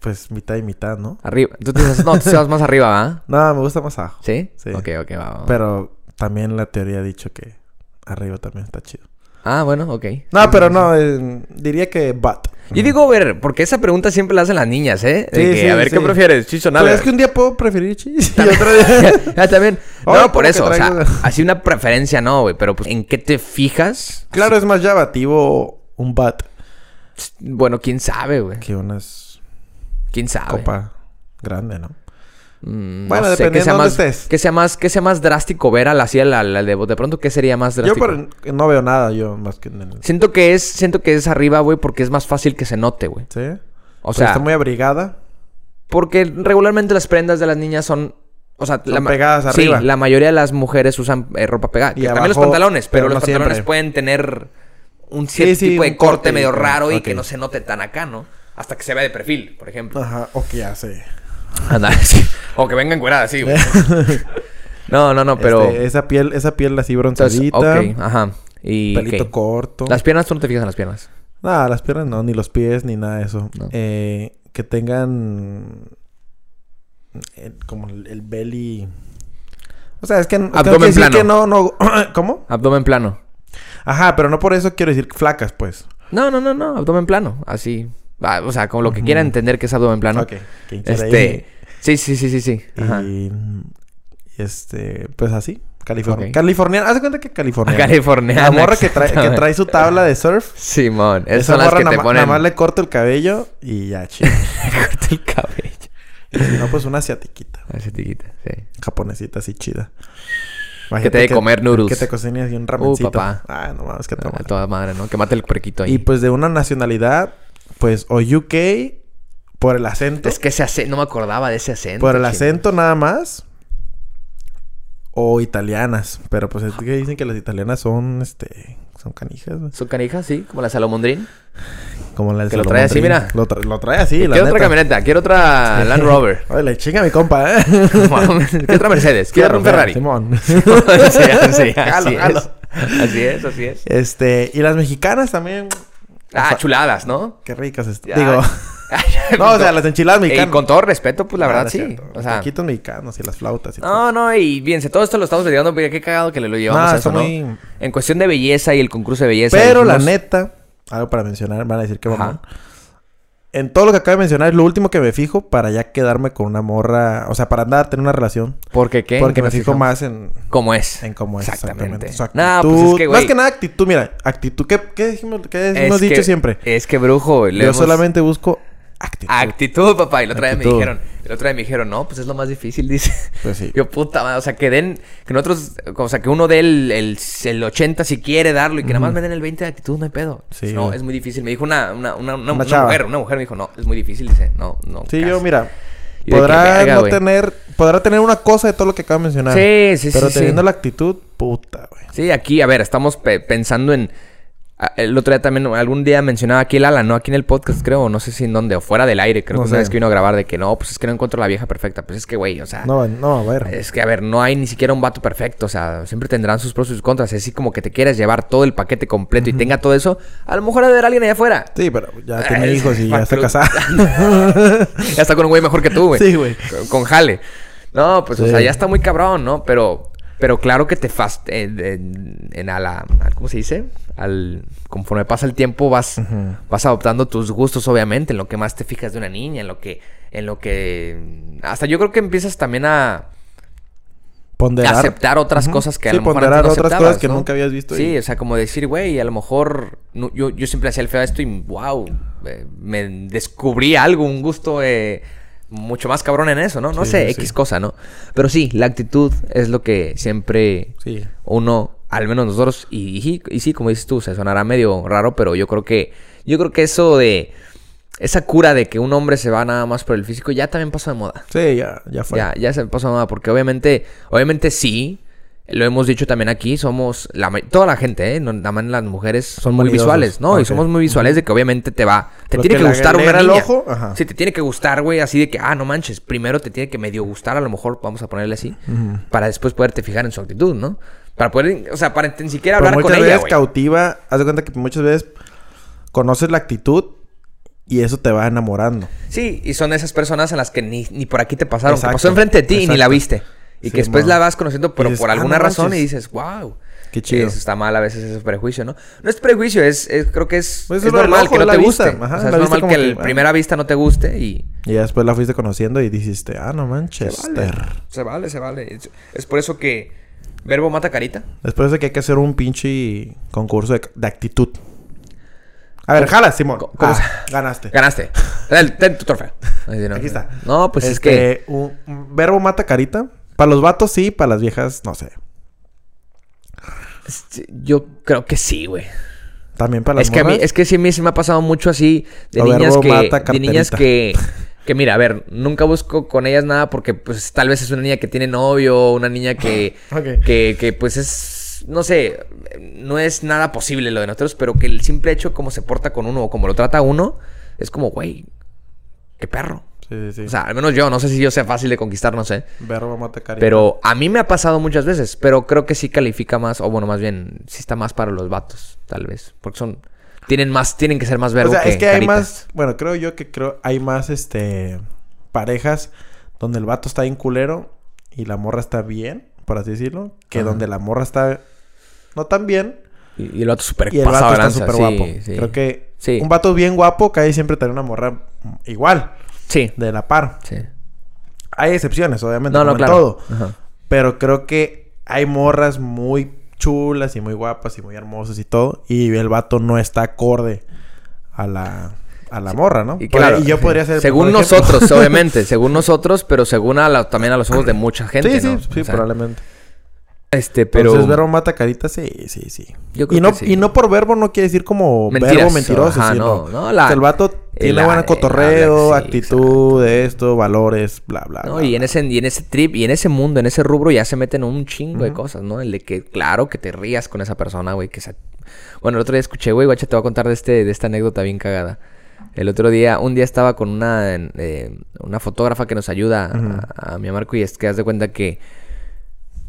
S4: pues mitad y mitad, ¿no?
S3: arriba. Tú te vas, no, tú te vas más arriba, ¿va?
S4: No, me gusta más abajo.
S3: ¿Sí?
S4: Sí.
S3: Ok, ok, va, va, va.
S4: Pero también la teoría ha dicho que arriba también está chido.
S3: Ah, bueno, ok.
S4: No, pero no, eh, diría que butt.
S3: Yo digo, a ver, porque esa pregunta siempre la hacen las niñas, ¿eh? De
S4: Sí,
S3: que,
S4: sí,
S3: a ver, ¿qué
S4: sí.
S3: prefieres? ¿Chicho
S4: Pero
S3: nalga?
S4: Pues es que un día puedo preferir chis.
S3: También. Ah, también. No,
S4: Ay,
S3: por
S4: ¿cómo
S3: eso,
S4: que
S3: o sea,
S4: traigo?
S3: así una preferencia no, güey, pero pues, ¿en qué te fijas?
S4: Claro, es más llamativo un bat
S3: Bueno, quién sabe, güey.
S4: que unas
S3: ¿Quién sabe?
S4: copa grande, ¿no?
S3: Mm,
S4: Bueno,
S3: no sé,
S4: dependiendo
S3: que sea
S4: dónde
S3: más,
S4: estés.
S3: Que sea más, que sea más drástico ver a la así a la, la de, de pronto, ¿qué sería más
S4: Yo
S3: drástico?
S4: pero no veo nada yo más que en el...
S3: Siento que es, siento que es arriba, güey, porque es más fácil que se note, güey. O
S4: ¿Sí?
S3: sea,
S4: Pues está muy abrigada.
S3: porque regularmente las prendas de las niñas son, o sea,
S4: Son
S3: ma-
S4: pegadas
S3: sí,
S4: arriba.
S3: la mayoría de las mujeres usan eh, ropa pegada.
S4: Y
S3: Que también los
S4: abajo,
S3: pantalones, pero,
S4: pero
S3: los
S4: no
S3: pantalones
S4: siempre.
S3: pueden tener un cierto
S4: sí,
S3: tipo de
S4: un
S3: corte,
S4: corte
S3: medio
S4: y-
S3: raro y
S4: ok.
S3: que no se note tan acá, ¿no? Hasta que se vea de perfil, por ejemplo.
S4: Ajá, o que hace.
S3: Ándale, sí. o que venga encuerada, sí, güey. no, no, no, pero...
S4: Este, esa piel, esa piel así
S3: entonces, ok,
S4: bronceadita.
S3: ajá. Y,
S4: Pelito
S3: ok.
S4: corto.
S3: Las piernas, tú no te fijas en las piernas.
S4: Nada, las piernas no, ni los pies, ni nada de eso.
S3: No.
S4: Eh, que tengan eh, como el, el belly. O sea, es que, es que no
S3: Abdomen
S4: quiere decir
S3: plano.
S4: que no, no. ¿Cómo?
S3: Abdomen plano.
S4: Ajá, pero no por eso quiero decir flacas, pues.
S3: No, no, no, no, abdomen plano, así. Ah, o sea, como lo que quiera
S4: Ujú.
S3: entender que es abdomen plano.
S4: Ok. que hinchar ahí.
S3: Este, sí, sí, sí, sí, sí. Ah, Este, Ajá.
S4: Y, y este, pues así. California.
S3: Ok.
S4: California. Haz de cuenta que California.
S3: Californiana,
S4: La morra que trae, que
S3: exactamente.
S4: trae su tabla de surf.
S3: Simón, esas
S4: Esa
S3: son las
S4: morra
S3: que
S4: nada
S3: te
S4: ma-
S3: ponen
S4: nada más le corto el cabello y ya, chido.
S3: corta el cabello.
S4: Y si no, pues una asiatiquita.
S3: Así tiquita, sí.
S4: Japonesita así chida.
S3: Que te
S4: Imagínate
S3: de comer noodles.
S4: Que te cocines bien ramencito.
S3: papá.
S4: Ah, no mames, que
S3: A-
S4: toma.
S3: A toda madre, ¿no? Que mate el puerquito ahí.
S4: Y pues de una nacionalidad, pues o UK por el acento.
S3: Es que ese acento, no me acordaba de ese acento.
S4: por el
S3: chino.
S4: acento nada más. O italianas. Pero pues es que dicen que las italianas son, este... Son canijas, güey.
S3: Son canijas, sí, como la Salomondrín.
S4: Como la del
S3: Que lo trae así,
S4: Salomón Ring.
S3: mira.
S4: Lo, tra- lo trae así, la
S3: quiero otra
S4: neta.
S3: camioneta, quiero otra Land Rover.
S4: Oye, le chinga mi compa, ¿eh?
S3: Mames, quiero otra Mercedes, quiero un Ferrari.
S4: Simón.
S3: Sí, sí,
S4: Jalo,
S3: así
S4: jalo.
S3: es. Así es, así es.
S4: Este... Y las mexicanas también...
S3: Ah, chuladas, ¿no?
S4: Qué ricas
S3: Ya.
S4: están. Digo... No, o sea, las enchiladas
S3: Y
S4: mexicanas.
S3: Eh, con todo respeto, pues la verdad
S4: Ah, no es
S3: sí.
S4: cierto.
S3: O sea,
S4: Taquitos mexicanos y las flautas y todo.
S3: no, no, y fíjense, todo esto lo estamos dedicando, mira, qué cagado que le lo llevamos
S4: No,
S3: a eso,
S4: está
S3: ¿no?
S4: muy-
S3: En cuestión de belleza y el concurso de belleza.
S4: Pero la
S3: dijimos-
S4: neta, algo para mencionar, van a decir que
S3: Ajá.
S4: mamón. En todo lo que acabo de mencionar es lo último que me fijo para ya quedarme con una morra, o sea, para andar, tener una relación.
S3: ¿Por qué qué?
S4: Porque me
S3: Nos
S4: fijo
S3: fijamos.
S4: más en,
S3: ¿Cómo es?
S4: en cómo es
S3: Exactamente. No,
S4: exactamente. Su
S3: pues, es
S4: actitud.
S3: que, güey-
S4: más que nada actitud, mira, actitud. ¿Qué, qué dijimos, qué
S3: Es
S4: hemos
S3: que-
S4: dicho siempre?
S3: Es que brujo. le
S4: Yo
S3: hemos-
S4: solamente busco actitud.
S3: Actitud, papá. Y la otra vez me
S4: Actitud.
S3: dijeron, y la otra vez me dijeron, no, pues es lo más difícil, dice.
S4: Pues sí.
S3: Yo, puta madre, o sea, que den, que nosotros, o sea, que uno dé el, el, el 80 si quiere darlo y que nada más me den el 20 de actitud, no hay pedo.
S4: Sí,
S3: No,
S4: güey.
S3: es muy difícil. Me dijo una, una, una, una, una
S4: chava.
S3: mujer, una mujer me dijo, no, es muy difícil, dice, no, no.
S4: Sí,
S3: casi".
S4: yo, mira.
S3: Y de que
S4: Podrá
S3: verga,
S4: no
S3: güey.
S4: tener... Podrá tener una cosa de todo lo que acabo de mencionar.
S3: Sí, sí, sí,
S4: Pero
S3: sí.
S4: teniendo la actitud, puta, güey.
S3: Sí, aquí, a ver, estamos pe- pensando en. a- El otro día también, algún día mencionaba aquí el Alan, ¿no? Aquí en el podcast, creo, no sé si en dónde, o fuera del aire, creo
S4: No
S3: que una
S4: sé.
S3: vez que vino a grabar de que no, pues es que no encuentro la vieja perfecta. Pues es que, güey, o sea.
S4: No, no, a ver.
S3: Es que, a ver, no hay ni siquiera un vato perfecto. O sea, siempre tendrán sus pros y sus contras. Es así como que te quieras llevar todo el paquete completo y tenga todo eso. A lo mejor ha de haber alguien allá afuera.
S4: Sí, pero ya tiene
S3: Ay,
S4: hijos y ya está
S3: Macru-
S4: casada.
S3: ya está con un güey mejor que tú, güey.
S4: Sí, güey.
S3: Con- Con jale. No, pues, o
S4: Sí.
S3: sea, ya está muy cabrón, ¿no? Pero, pero claro que te fast... En, en- en a la... a- ¿Cómo se dice? Al... Conforme pasa el tiempo vas... Vas adoptando tus gustos, obviamente. En lo que más te fijas de una niña. En lo que... En lo que... Hasta yo creo que empiezas también a...
S4: Ponderar.
S3: aceptar otras cosas que a
S4: Sí,
S3: lo mejor
S4: ponderar
S3: antes no
S4: otras
S3: aceptabas,
S4: cosas que
S3: ¿no?
S4: nunca habías visto.
S3: Sí,
S4: y-
S3: o sea, como decir, güey, a lo mejor no- yo, yo siempre hacía el feo a esto y wow, eh, me descubrí algo, un gusto eh, mucho más cabrón en eso, ¿no? No
S4: Sí,
S3: sé,
S4: sí,
S3: X
S4: sí.
S3: cosa, ¿no? Pero sí, la actitud es lo que siempre
S4: Sí.
S3: uno, al menos nosotros, y, y- y sí, como dices tú, se sonará medio raro, pero yo creo que, yo creo que eso de, esa cura de que un hombre se va nada más por el físico ya también pasó de moda.
S4: Sí, ya, ya fue.
S3: Ya, ya se me pasó nada, porque obviamente, obviamente sí, lo hemos dicho también aquí, somos, la, ma- toda la gente, ¿eh? No, nada más las mujeres son muy
S4: Vanidosos.
S3: visuales, ¿no? Y
S4: Ok.
S3: somos muy visuales de que obviamente te va, te
S4: Lo
S3: tiene que,
S4: que le
S3: gustar una niña.
S4: alegra el ojo, ajá.
S3: Sí, te tiene que gustar, güey, así de que, ah, no manches, primero te tiene que medio gustar, a lo mejor, vamos a ponerle así, para después poderte fijar en su actitud, ¿no? Para poder, o sea, para ni siquiera
S4: Pero
S3: hablar con
S4: muchas
S3: ella,
S4: veces
S3: güey.
S4: cautiva. Haz de cuenta que muchas veces conoces la actitud y eso te va enamorando.
S3: Sí, y son esas personas en las que ni, ni por aquí te pasaron. Que
S4: Exacto,
S3: pasó enfrente de ti y ni la
S4: exacto.
S3: viste. Y
S4: Sí,
S3: que después
S4: mo.
S3: la vas conociendo, pero
S4: Dices,
S3: por
S4: "Ah,
S3: alguna
S4: no
S3: razón y
S4: manches.
S3: dices, wow.
S4: Qué chido.
S3: Eso está mal a veces, ese prejuicio, ¿no? No es prejuicio, es, es- creo que es,
S4: Pues
S3: es
S4: es lo del
S3: normal
S4: ojo,
S3: que no
S4: la
S3: te
S4: vista.
S3: guste.
S4: Ajá,
S3: o sea, es
S4: la vista
S3: normal
S4: como
S3: que a
S4: que, ah.
S3: primera vista no te guste y
S4: Y ya después la fuiste conociendo y dijiste, ah, no manches.
S3: se vale. Se vale, se vale. Es, es por eso que verbo mata carita.
S4: Después de que hay que hacer un pinche concurso de, de actitud. A ver, jala, Simón.
S3: Co-
S4: ¿Cómo
S3: ah.
S4: se- Ganaste.
S3: Ganaste. Ten, ten tu trofeo. Ay, sí, no.
S4: Aquí está.
S3: No, pues es que...
S4: Este, un- un verbo mata carita. Para los vatos sí, para las viejas, no sé.
S3: este, Yo creo que sí, güey.
S4: También para las
S3: es que a mí,
S4: morras.
S3: es que sí, a mí se me ha pasado mucho así de
S4: A ver,
S3: niñas
S4: Rob,
S3: que,
S4: mata
S3: de niñas
S4: carterita.
S3: que, que mira, a ver, nunca busco con ellas nada porque pues tal vez es una niña que tiene novio, una niña que,
S4: Ok.
S3: que, que pues es, no sé, no es nada posible lo de nosotros, pero que el simple hecho como se porta con uno o como lo trata uno, es como, güey, qué perro.
S4: Sí, sí, sí.
S3: O sea, al menos yo, no sé si yo sea fácil de conquistar, no sé.
S4: verbo mata carita.
S3: Pero a mí me ha pasado muchas veces, pero creo que sí califica más, o bueno, más bien, sí está más para los vatos, tal vez. Porque son, tienen más, tienen que ser más
S4: O
S3: verbo
S4: sea,
S3: que
S4: es que hay
S3: carita.
S4: más. Bueno, creo yo que creo hay más este parejas donde el vato está bien culero y la morra está bien, por así decirlo, que
S3: Ajá.
S4: donde la morra está no tan bien,
S3: Y, y el vato súper
S4: Y el vato
S3: pasado de
S4: está
S3: lanza,
S4: súper
S3: sí,
S4: guapo.
S3: sí.
S4: Creo que
S3: Sí.
S4: un vato bien guapo cae siempre tener una morra igual,
S3: Sí.
S4: de la par.
S3: Sí.
S4: Hay excepciones, obviamente,
S3: No,
S4: como
S3: no,
S4: en
S3: claro.
S4: todo.
S3: Ajá.
S4: Pero creo que hay morras muy chulas y muy guapas y muy hermosas y todo. Y el vato no está acorde a la, a la morra, ¿no?
S3: Y
S4: Por-
S3: claro,
S4: y yo
S3: sí.
S4: podría ser...
S3: Según
S4: por ejemplo-
S3: nosotros, obviamente. Según nosotros, pero según a la- también a los ojos de mucha gente,
S4: Sí, sí,
S3: ¿no?
S4: sí,
S3: O sea,
S4: probablemente.
S3: Este, pero...
S4: Pero... Entonces, verbo mata carita, sí, sí, sí.
S3: Yo creo
S4: y, no,
S3: que sí.
S4: y no por verbo no quiere decir como
S3: Mentiras,
S4: verbo mentiroso,
S3: ajá,
S4: sino...
S3: no, no, la-
S4: que el vato tiene
S3: el-
S4: buen
S3: el-
S4: cotorreo,
S3: habla, sí,
S4: actitud, de esto, valores, bla, bla,
S3: No,
S4: bla,
S3: y
S4: bla.
S3: en ese, y en ese trip, y en ese mundo, en ese rubro, ya se meten un chingo de cosas, ¿no? El de que, claro, que te rías con esa persona, güey, que se... Bueno, el otro día escuché, güey, guacha, te voy a contar de, este, de esta anécdota bien cagada. El otro día, un día estaba con una, en- eh, una fotógrafa que nos ayuda a- a, mi Marco y es que haz de cuenta que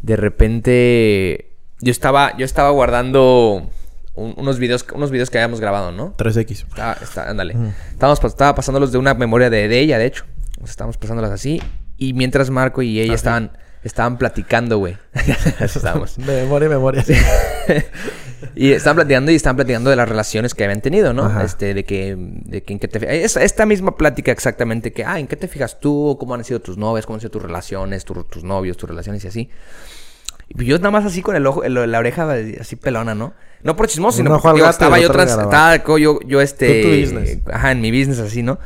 S3: de repente yo estaba, yo estaba guardando un- unos, videos, unos videos que habíamos grabado, ¿no?
S4: 3X.
S3: Estaba, está- ándale. Estábamos, pas- estaba pasándolos de una memoria de, de ella, de hecho. O sea, estábamos pasándolas así. Y mientras Marco y
S4: Ah,
S3: ella estaban, estaban platicando, güey. Así estábamos.
S4: Memoria, memoria.
S3: Y estaban platicando y estaban platicando de las relaciones que habían tenido, ¿no?
S4: Ajá.
S3: Este, de que, de que en qué te fijas. esta misma plática exactamente que, ah, ¿en qué te fijas tú? ¿Cómo han sido tus novias? ¿Cómo han sido tus relaciones? tu- tus novios, tus relaciones y así. Y pues yo nada más así con el ojo, el- la oreja así pelona, ¿no? No por chismoso, sino
S4: Un ojo
S3: porque
S4: al
S3: digo,
S4: gato y
S3: estaba
S4: el
S3: yo
S4: otro
S3: trans-
S4: al garabato.
S3: estaba co- yo, yo este.
S4: Tú, tu business.
S3: Ajá, en mi business así, ¿no?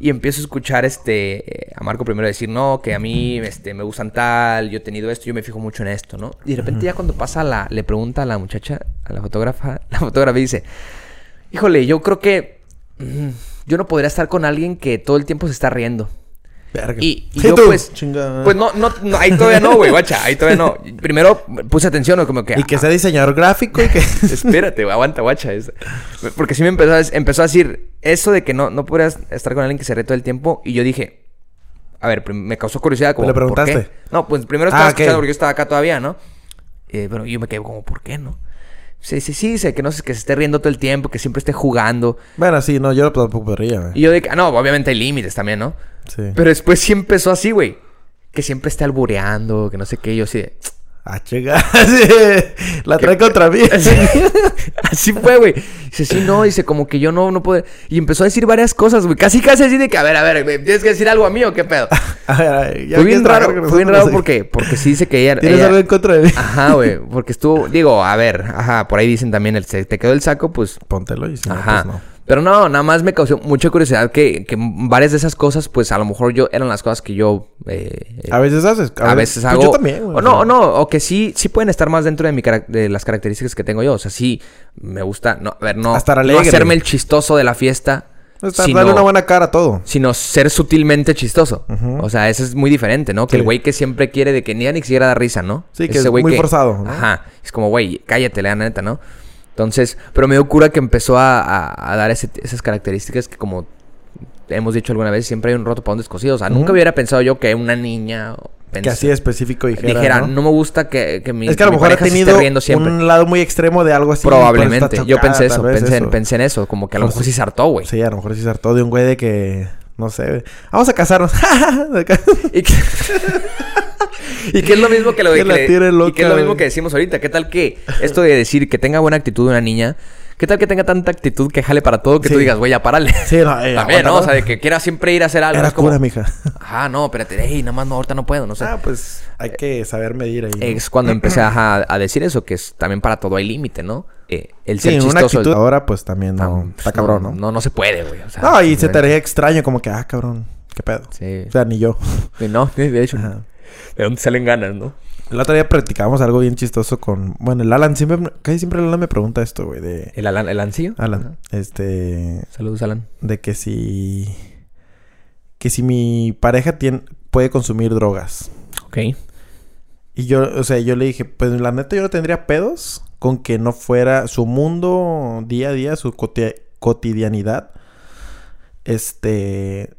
S3: Y empiezo a escuchar este eh, a Marco primero decir, no, que a mí este, me gustan tal, yo he tenido esto, yo me fijo mucho en esto, ¿no? Y de repente ya cuando pasa la, le pregunta a la muchacha, a la fotógrafa, la fotógrafa dice, híjole, yo creo que mm, yo no podría estar con alguien que todo el tiempo se está riendo.
S4: Verga.
S3: Y, y
S4: Sí,
S3: yo
S4: tú.
S3: pues,
S4: Chinga.
S3: pues no, no, no, ahí todavía no, güey, guacha, ahí todavía no. Primero puse atención, ¿no? como que...
S4: Y que sea diseñador gráfico y que...
S3: Espérate, güey, aguanta, guacha. es- Porque sí me empezó a, empezó a decir eso de que no, no podrías estar con alguien que se ríe todo el tiempo. Y yo dije, a ver, prim- me causó curiosidad. Como,
S4: ¿Le
S3: ¿por qué?
S4: preguntaste?
S3: No, pues primero estaba
S4: Ah, ok.
S3: escuchando porque yo estaba acá todavía, ¿no? Eh, pero yo me quedé como, ¿por qué no? Sí, sí, sí, dice que no sé, que se esté riendo todo el tiempo, que siempre esté jugando.
S4: bueno, sí, no, yo tampoco podría, güey.
S3: Y yo dije, ah, no, obviamente hay límites también, ¿no?
S4: Sí.
S3: Pero después sí empezó así, güey. Que siempre esté albureando, que no sé qué. y Yo así de,
S4: Ah, chinga. Sí. La trae contra mí.
S3: Así fue, güey. Dice, sí, no, dice, como que yo no, no puedo. Y empezó a decir varias cosas, güey. Casi, casi así de que, a ver, a ver, güey, ¿tienes que decir algo a mí o qué pedo?
S4: A ver, a ver, ya
S3: fue bien raro,
S4: quieres trabajar con
S3: fue bien raro
S4: nosotros aquí.
S3: porque, porque sí dice que ella.
S4: ¿Tienes
S3: ella-
S4: algo en contra de mí?
S3: Ajá, güey. Porque estuvo, digo, a ver, ajá, por ahí dicen también, el, se te quedó el saco, pues.
S4: Póntelo y si no,
S3: Ajá.
S4: pues no.
S3: Pero no, nada más me causó mucha curiosidad que, que varias de esas cosas, pues a lo mejor yo eran las cosas que yo eh, eh,
S4: A veces haces.
S3: a veces
S4: pues
S3: hago.
S4: Yo también, güey.
S3: o no, o no, o que sí, sí pueden estar más dentro de mi carac- de las características que tengo yo. O sea, sí, me gusta, no, a ver, no,
S4: Estar
S3: no
S4: alegre.
S3: hacerme el chistoso de la fiesta.
S4: Está-
S3: sino,
S4: Dale una buena cara a todo.
S3: sino ser sutilmente chistoso. O sea, eso es muy diferente, ¿no? Que el
S4: Sí.
S3: güey que siempre quiere de que ni ni siquiera da risa, ¿no?
S4: Sí, que es muy forzado, ¿no?
S3: Ajá. Es como, güey, cállate, la neta, ¿no? Entonces, pero me dio cura que empezó a, a- a dar ese- esas características que como hemos dicho alguna vez, siempre hay un roto para un descosido. O sea, nunca hubiera pensado yo que una niña...
S4: Que
S3: pens-
S4: así de específico dijera,
S3: dijera,
S4: ¿no?
S3: ¿no? me gusta que, que mi,
S4: es que a lo
S3: mi
S4: mejor ha
S3: pareja se
S4: tenido
S3: esté riendo siempre.
S4: un lado muy extremo de algo así. por eso está
S3: Probablemente. Yo
S4: chocada,
S3: pensé eso,
S4: tal vez
S3: pensé, En,
S4: eso.
S3: pensé en eso. Como que a lo
S4: Pues
S3: mejor
S4: sí.
S3: sí se hartó, güey.
S4: Sí, a lo mejor sí se hartó de un güey de que... No sé. Vamos a casarnos.
S3: Y que... y que es lo mismo que lo de
S4: Que la
S3: le-
S4: tiene
S3: y que es
S4: loca,
S3: lo
S4: güey.
S3: mismo que decimos ahorita. ¿Qué tal que esto de decir que tenga buena actitud una niña? ¿Qué tal que tenga tanta actitud que jale para todo que tú
S4: Sí.
S3: digas, güey, ya párale?
S4: sí, no. eh,
S3: También,
S4: aguanta,
S3: ¿no? O sea, de que quiera siempre ir a hacer algo.
S4: Era
S3: es como,
S4: cura, mija.
S3: Ajá, no, espérate, ey, nada más no, ahorita no puedo, no sé.
S4: Ah, pues hay
S3: eh,
S4: que saber medir ahí. ¿no?
S3: Es cuando empecé ajá, a, decir eso, que es también para todo hay límite, ¿no? Eh, el ser
S4: Sí, una
S3: chistoso
S4: actitud ahora pues también no,
S3: tam-
S4: está cabrón, ¿no?
S3: No, no se puede, güey. o sea,
S4: No, y se te
S3: simplemente-
S4: haría extraño como que, ah, cabrón, qué pedo.
S3: Sí.
S4: O sea, ni yo.
S3: Sí, No, de hecho,
S4: Ajá.
S3: ¿de dónde salen ganas, no?
S4: El otro día practicamos algo bien chistoso con... Bueno, el Alan siempre... Casi siempre el Alan me pregunta esto, güey, de...
S3: El, Alan, el Ancillo.
S4: Alan, este...
S3: Saludos, Alan.
S4: De que si... Que si mi pareja tiene, puede consumir drogas.
S3: Ok.
S4: Y yo, o sea, yo le dije, pues la neta yo no tendría pedos con que no fuera su mundo día a día, su coti- cotidianidad. Este.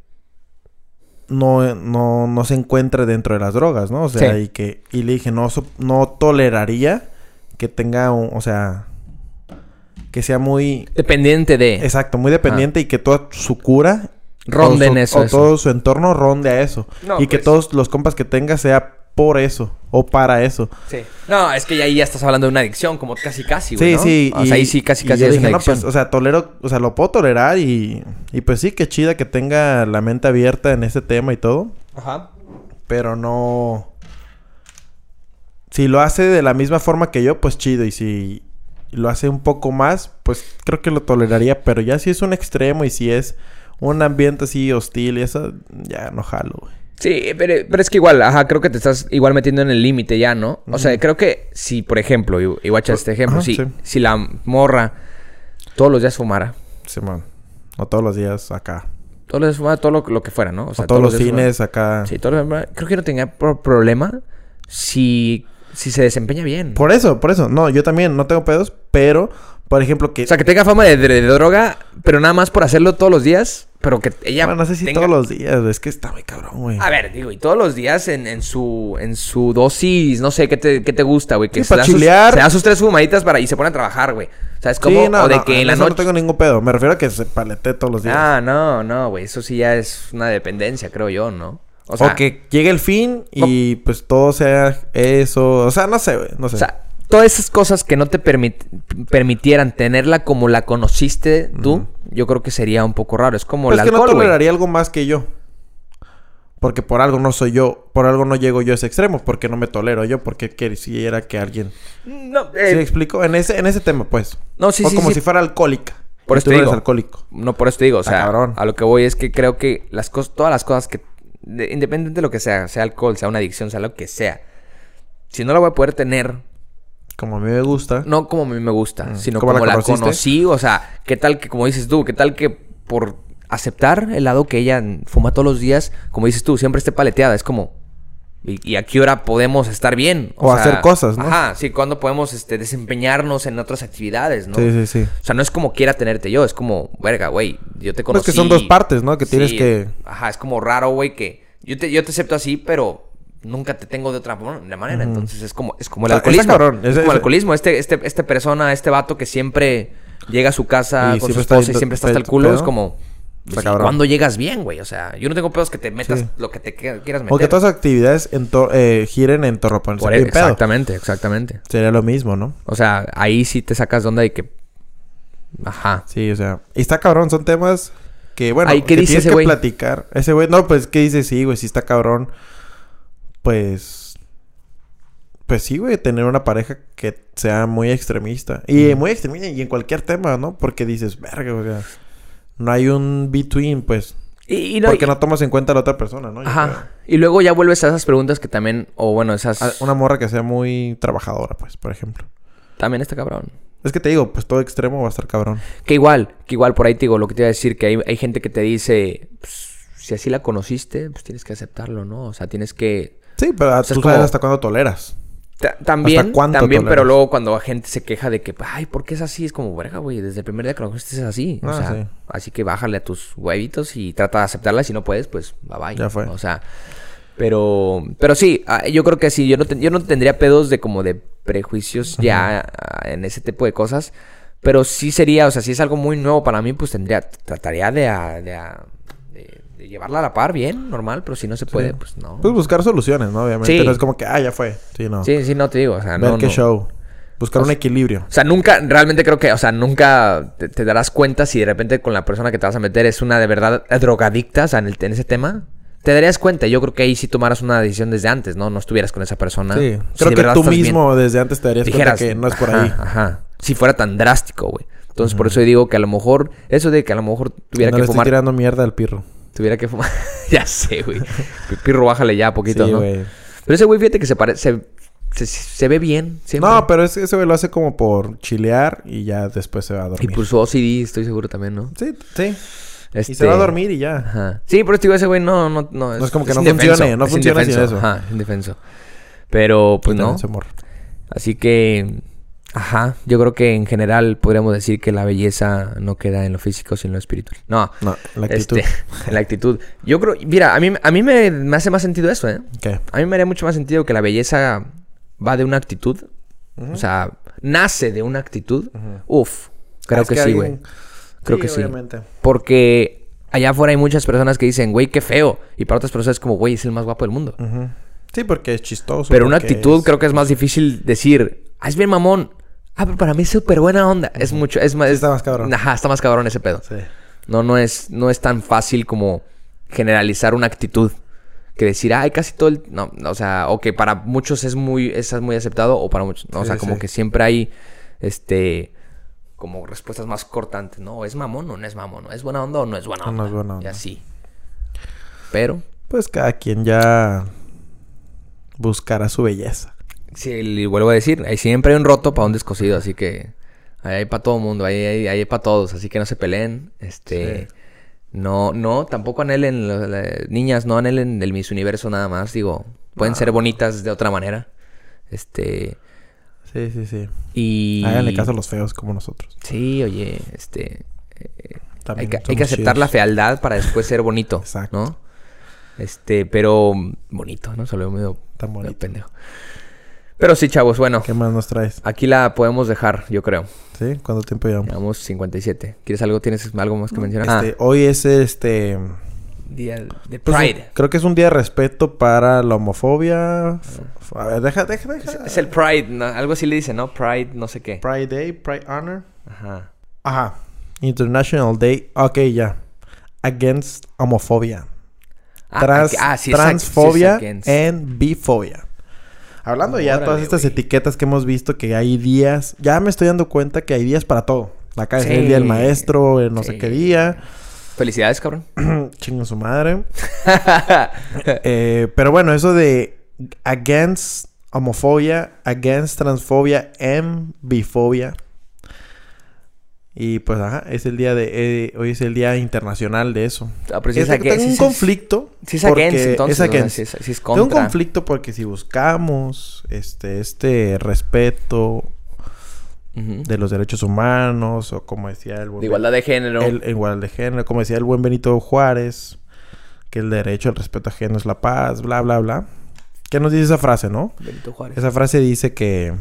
S4: No, no, no se encuentra dentro de las drogas, ¿no? O sea,
S3: Sí.
S4: y que. Y le dije, no, so- no toleraría que tenga un, o sea. Que sea muy.
S3: Dependiente de.
S4: Exacto, muy dependiente y que toda su cura
S3: Ronden
S4: todo su-
S3: eso,
S4: o
S3: eso.
S4: todo su entorno ronde a eso.
S3: No,
S4: y que
S3: pues.
S4: todos los compas que tenga sea por eso o para eso.
S3: Sí. No, es que ya ahí ya estás hablando de una adicción, como casi casi, güey.
S4: Sí,
S3: ¿no?
S4: sí.
S3: O sea, ahí sí casi
S4: y
S3: casi
S4: yo
S3: es
S4: dije,
S3: una
S4: "No,
S3: adicción.
S4: pues, o sea, tolero, o sea, lo puedo tolerar y, y pues sí, qué chida que tenga la mente abierta en este tema y todo.
S3: Ajá.
S4: Pero no. Si lo hace de la misma forma que yo, pues chido. Y si lo hace un poco más, pues creo que lo toleraría. Pero ya si es un extremo y si es un ambiente así hostil y eso, ya no jalo, güey.
S3: Sí, pero, pero es que igual, ajá, creo que te estás igual metiendo en el límite ya, ¿no? O sea, creo que si, por ejemplo, y, y guacha este ejemplo,
S4: Ajá,
S3: si,
S4: sí.
S3: si la morra todos los días fumara,
S4: Simón. O todos los días acá.
S3: todos los días fumara todo lo, lo que fuera, ¿no? O
S4: O,
S3: sea,
S4: todos, los
S3: días fumara.
S4: cines acá.
S3: Sí, todos los días fumara. Creo que no tenía pro- problema si, si se desempeña bien.
S4: Por eso, por eso. No, yo también no tengo pedos, pero, por ejemplo, que.
S3: O sea, que tenga fama de, de- de droga, pero nada más por hacerlo todos los días, pero que ella.
S4: Bueno, no sé si
S3: tenga-
S4: todos los días, güey, es que está muy cabrón, güey.
S3: A ver, digo, y todos los días en, en su en su dosis, no sé, ¿qué te, qué te gusta, güey? Que
S4: Sí, para
S3: da sus-
S4: chilear.
S3: se da sus tres fumaditas para, y se pone a trabajar, güey. ¿Sabes
S4: Sí,
S3: cómo?
S4: no,
S3: o de
S4: no,
S3: que en la
S4: eso
S3: noche...
S4: no tengo ningún pedo. Me refiero a que se palete todos los días.
S3: Ah, no, no, güey. Eso sí ya es una dependencia, creo yo, ¿no? O sea,
S4: que llegue el fin y pues todo sea eso. O sea, no sé, güey. No sé.
S3: o sea, todas esas cosas que no te permit- permitieran tenerla como la conociste tú, yo creo que sería un poco raro. Es como
S4: Pues
S3: el
S4: es que no
S3: alcohol, güey.
S4: toleraría algo más que yo. Porque por algo no soy yo. Por algo no llego yo a ese extremo. Porque no me tolero yo. Porque quisiera que alguien.
S3: No,
S4: ¿Sí
S3: eh,
S4: me explico? En ese, en ese tema, pues.
S3: No, sí,
S4: o
S3: sí,
S4: como
S3: sí.
S4: si fuera alcohólica.
S3: Por
S4: Y
S3: eso
S4: tú
S3: te
S4: no eres
S3: digo.
S4: alcohólico.
S3: No, por eso te digo, o
S4: Está
S3: sea,
S4: Ah, cabrón.
S3: a lo que voy es que creo que las cosas, todas las cosas que, de- independientemente de lo que sea, sea alcohol, sea una adicción, sea lo que sea, si no la voy a poder tener,
S4: Como a mí me gusta. Mm.
S3: no como a mí me gusta, sino
S4: ¿Cómo
S3: como
S4: la
S3: la,
S4: conociste?
S3: conocí, o sea, qué tal que, como dices tú, qué tal que por aceptar el lado que ella fuma todos los días, como dices tú, siempre esté paleteada, es como... ¿Y, y a qué hora podemos estar bien?
S4: O hacer cosas, ¿no?
S3: Ajá, sí, cuando podemos este, desempeñarnos en otras actividades, ¿no?
S4: Sí, sí, sí.
S3: O sea, no es como quiera tenerte yo, es como, verga, güey, yo te
S4: Pues
S3: conocí.
S4: que son dos partes, ¿no? Que tienes que-
S3: Ajá, es como raro, güey, que yo te, yo te acepto así, pero nunca te tengo de otra mon- de manera. Entonces es como, es como el
S4: O sea, está
S3: alcoholismo.
S4: cabrón.
S3: Es
S4: Ese-
S3: como el
S4: ese-
S3: alcoholismo. Este, este, este persona, este vato que siempre llega a su casa
S4: Y
S3: con
S4: siempre
S3: su
S4: está
S3: esposa y
S4: yendo-
S3: siempre está hasta
S4: está
S3: el
S4: yendo
S3: culo,
S4: pedo.
S3: es como.
S4: Está
S3: sí,
S4: cabrón.
S3: ¿Cuándo llegas bien, güey? O sea, yo no tengo pedos que te metas
S4: Sí.
S3: lo que te que- quieras meter.
S4: O que todas las actividades en tor- eh, giren en torno a ponerse
S3: Por-
S4: bien pedo.
S3: exactamente, exactamente.
S4: Sería lo mismo, ¿no?
S3: O sea, ahí sí te sacas de onda de que. Ajá.
S4: Sí, o sea, y está cabrón, son temas que, bueno,
S3: Ay, ¿qué
S4: que
S3: dice
S4: tienes
S3: ese
S4: que
S3: güey?
S4: platicar. Ese güey, no, pues, ¿qué dice? Sí, güey, sí está cabrón. Pues, pues sí, güey, tener una pareja que sea muy extremista. Y eh, muy extremista y en cualquier tema, ¿no? Porque dices, verga, o sea, no hay un between, pues.
S3: Y, y no,
S4: porque
S3: y-
S4: no tomas en cuenta a la otra persona, ¿no? Yo
S3: Ajá. Y luego ya vuelves a esas preguntas que también, o bueno, esas...
S4: creo. A- Ah, Una morra que sea muy trabajadora, pues, por ejemplo.
S3: También está cabrón.
S4: Es que te digo, pues todo extremo va a estar cabrón.
S3: Que igual, que igual por ahí te digo lo que te iba a decir, que hay, hay gente que te dice, "Pues, si así la conociste, pues tienes que aceptarlo, ¿no? O sea, tienes que...
S4: Sí, pero
S3: sea, es
S4: tú sabes
S3: como-
S4: hasta cuándo toleras.
S3: Ta- también,
S4: cuánto
S3: también,
S4: toleras?
S3: pero luego cuando la gente se queja de que, ay, ¿por qué es así? Es como, verga, güey, desde el primer día que la conociste es así. o
S4: Ah,
S3: sea,
S4: sí.
S3: así que bájale a tus huevitos y trata de aceptarla. Si no puedes, pues, bye bye.
S4: Ya fue.
S3: O sea, pero, pero sí, ah, yo creo que sí, yo no, ten- yo no tendría pedos de como de prejuicios ya ah, en ese tipo de cosas. Pero sí sería, o sea, si es algo muy nuevo para mí, pues tendría, trataría de, ah, de, ah, de- de llevarla a la par bien, normal, pero si no se puede, pues no.
S4: Pues buscar soluciones, ¿no? Obviamente.
S3: Sí.
S4: No es como que, ah, ya fue. Sí, no.
S3: Sí, Pues, sí, no te digo, o sea,
S4: Ver
S3: Ah, no,
S4: qué
S3: no.
S4: show. Buscar un equilibrio.
S3: O sea, nunca, realmente creo que, o sea, nunca te, te darás cuenta si de repente con la persona que te vas a meter es una de verdad drogadicta, o sea, en, el- en ese tema. Te darías cuenta, yo creo que ahí sí tomaras una decisión desde antes, ¿no? No estuvieras con esa persona.
S4: Sí.
S3: Si
S4: Creo
S3: de
S4: que
S3: verdad
S4: tú
S3: estás bien,
S4: mismo desde antes te darías
S3: dijeras,
S4: cuenta que no es por
S3: ajá,
S4: ahí.
S3: Ajá. Si fuera tan drástico, güey. Entonces, por eso digo que a lo mejor, eso de que a lo mejor tuviera
S4: no
S3: que
S4: le estoy
S3: fumar.
S4: tirando mierda al pirro.
S3: Tuviera que fumar. ya sé, güey. Pirro, bájale ya poquito,
S4: Sí,
S3: ¿no?
S4: güey.
S3: Pero ese güey, fíjate que se parece. Se, se ve bien siempre.
S4: No, pero ese, ese güey lo hace como por chilear y ya después se va a
S3: Y pues,
S4: dormir.
S3: por su OCD, estoy seguro también, ¿no?
S4: Sí, sí. Y se
S3: Este-
S4: va a dormir y ya.
S3: Ajá. Sí, pero este güey, ese güey no, no, no.
S4: No es como que no funcione, no
S3: es
S4: funciona sin
S3: indefenso,
S4: eso.
S3: Ajá, es indefenso. Pero, pues no.
S4: También se morre.
S3: Así que, ajá, yo creo que en general podríamos decir que la belleza no queda en lo físico, sino en lo espiritual. No.
S4: No, la actitud.
S3: este, en la actitud. Yo creo, mira, a mí, a mí me, me hace más sentido eso, ¿eh?
S4: ¿Qué?
S3: A mí me haría mucho más sentido que la belleza va de una actitud. O sea, nace de una actitud. Uf, creo
S4: Es
S3: que, sí, güey.
S4: alguien-
S3: Creo que sí.
S4: obviamente.
S3: Porque allá afuera hay muchas personas que dicen, güey, qué feo. Y para otras personas es como, güey, es el más guapo del mundo.
S4: Sí, porque es chistoso.
S3: Pero una
S4: porque
S3: actitud
S4: es-
S3: creo que es más difícil decir, ah, es bien mamón. Ah, pero para mí es súper buena onda. Es mucho, es más...
S4: Sí, está más cabrón.
S3: Ajá, está más cabrón ese pedo.
S4: Sí.
S3: No, no es, no es tan fácil como generalizar una actitud. Que decir, ay, casi todo el... No, no, o sea, o que para muchos es muy, es muy aceptado o para muchos... no, o
S4: Sí,
S3: sea, como
S4: sí.
S3: que siempre hay, este... Como respuestas más cortantes. No, ¿es mamón o no es mamón? ¿Es buena onda o no es buena
S4: O
S3: onda?
S4: no es buena onda.
S3: Y así. Pero...
S4: Pues cada quien ya buscará su belleza.
S3: Sí, le vuelvo a decir, ahí siempre hay un roto para un descosido, así que ahí hay para todo mundo, ahí hay, ahí hay para todos, así que no se peleen, este, no, no, tampoco anhelen, lo- la- niñas, no anhelen el Miss Universo nada más, digo, pueden ser bonitas de otra manera, este,
S4: Sí, sí, sí.
S3: y...
S4: Háganle caso a los feos como nosotros.
S3: Sí, oye, este, eh, hay
S4: También
S3: que, hay que
S4: somos
S3: aceptar
S4: chidos.
S3: la fealdad para después ser bonito,
S4: Exacto.
S3: ¿no? Este, pero mm, bonito, ¿no? Se lo veo medio,
S4: Tan
S3: medio
S4: bonito.
S3: pendejo. Pero sí, chavos, bueno.
S4: ¿Qué más nos traes?
S3: Aquí la podemos dejar, yo creo.
S4: ¿Sí? ¿Cuánto tiempo llevamos?
S3: Llevamos 57. ¿Quieres algo? ¿Tienes algo más que mencionar?
S4: Este, Hoy es este...
S1: Ah, Día de
S4: pues,
S3: Pride.
S4: Creo que es un día de respeto para la homofobia. F- f- A ver, deja, deja, deja.
S3: Ah, es el Pride, ¿no? algo así le dicen, ¿no? Pride, no sé qué.
S4: Pride Day, Pride Honor.
S3: Ajá.
S4: Ajá. International Day. Ok, ya. Against homofobia.
S3: Ah,
S4: Trans-
S3: aquí- ah, sí, es ag-
S4: transfobia
S3: sí, es against.
S4: and bifobia. Hablando ya de todas
S3: Órale,
S4: estas
S3: güey.
S4: etiquetas que hemos visto que hay días, ya me estoy dando cuenta que hay días para todo. Acá es
S3: Sí.
S4: el día del maestro, el no
S3: Sí.
S4: sé qué día,
S3: Felicidades, cabrón. Ah,
S4: chingo su madre. Eh, pero bueno, eso de against homofobia, against transfobia, and bifobia. Y pues ajá, es el día de eh, hoy es el día internacional de eso.
S3: Ah, pero sí
S4: Es
S3: es
S4: que
S3: against,
S4: tengo
S3: sí,
S4: un
S3: sí,
S4: conflicto.
S3: Sí, es against,
S4: porque-
S3: entonces.
S4: Es
S3: ¿no? Sí
S4: against.
S3: es- sí es
S4: Tengo un
S3: contra.
S4: conflicto porque si buscamos este, este respeto
S3: Ujú.
S4: de los derechos humanos, o como decía el buen
S3: De igualdad de género.
S4: el, igual de género, como decía el buen Benito Juárez, que el derecho al respeto ajeno es la paz, bla, bla, bla. ¿Qué nos dice esa frase, no?
S1: Benito Juárez.
S4: Esa frase dice que,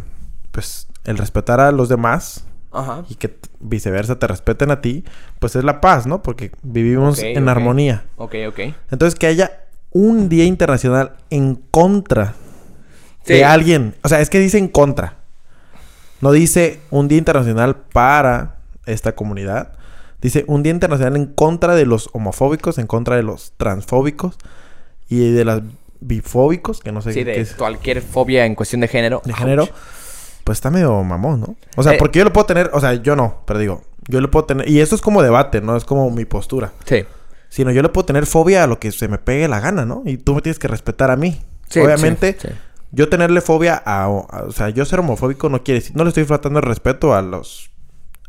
S4: pues, el respetar a los demás
S3: Ajá.
S4: y que t- viceversa te respeten a ti, pues es la paz, ¿no? Porque vivimos
S3: Ok,
S4: en
S3: ok.
S4: armonía.
S3: Ok, ok.
S4: Entonces, que haya un día internacional en contra
S3: Sí.
S4: de alguien. O sea, es que dice en contra. No dice un día internacional para esta comunidad. Dice un día internacional en contra de los homofóbicos, en contra de los transfóbicos y de las bifóbicos, que no sé
S3: Sí,
S4: qué
S3: de
S4: es
S3: cualquier fobia en cuestión de género.
S4: de
S3: Ouch.
S4: género. Pues está medio mamón, ¿no? O sea,
S3: Eh.
S4: porque yo lo puedo tener, o sea, yo no, pero digo, yo lo puedo tener. Y esto es como debate, ¿no? Es como mi postura.
S3: Sí.
S4: Sino yo le puedo tener fobia a lo que se me pegue la gana, ¿no? Y tú me tienes que respetar a mí.
S3: Sí,
S4: Obviamente,
S3: sí, sí.
S4: yo tenerle fobia a, a- O sea, yo ser homofóbico no quiere decir... No le estoy faltando el respeto a los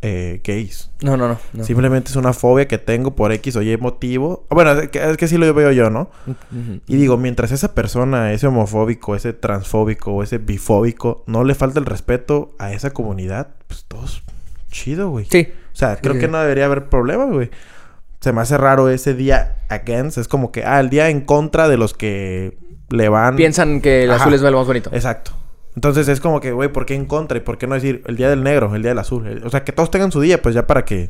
S4: eh, gays.
S3: No, no, no. no.
S4: Simplemente es una fobia que tengo por X o Y motivo. Bueno, es que, es que sí lo veo yo, ¿no?
S3: Ujú.
S4: Y digo, mientras esa persona, ese homofóbico, ese transfóbico o ese bifóbico, no le falta el respeto a esa comunidad, pues todos chido, güey.
S3: Sí.
S4: O sea, creo
S3: sí.
S4: que no debería haber problema, güey. Se me hace raro ese día against. Es como que, ah, el día en contra de los que le van.
S3: Piensan que el
S4: Mm. Ajá.
S3: azul es lo más bonito.
S4: Exacto. Entonces es como que, güey, ¿por qué en contra? ¿Y por qué no decir el día del negro, el día del azul? El- O sea, que todos tengan su día, pues ya para que.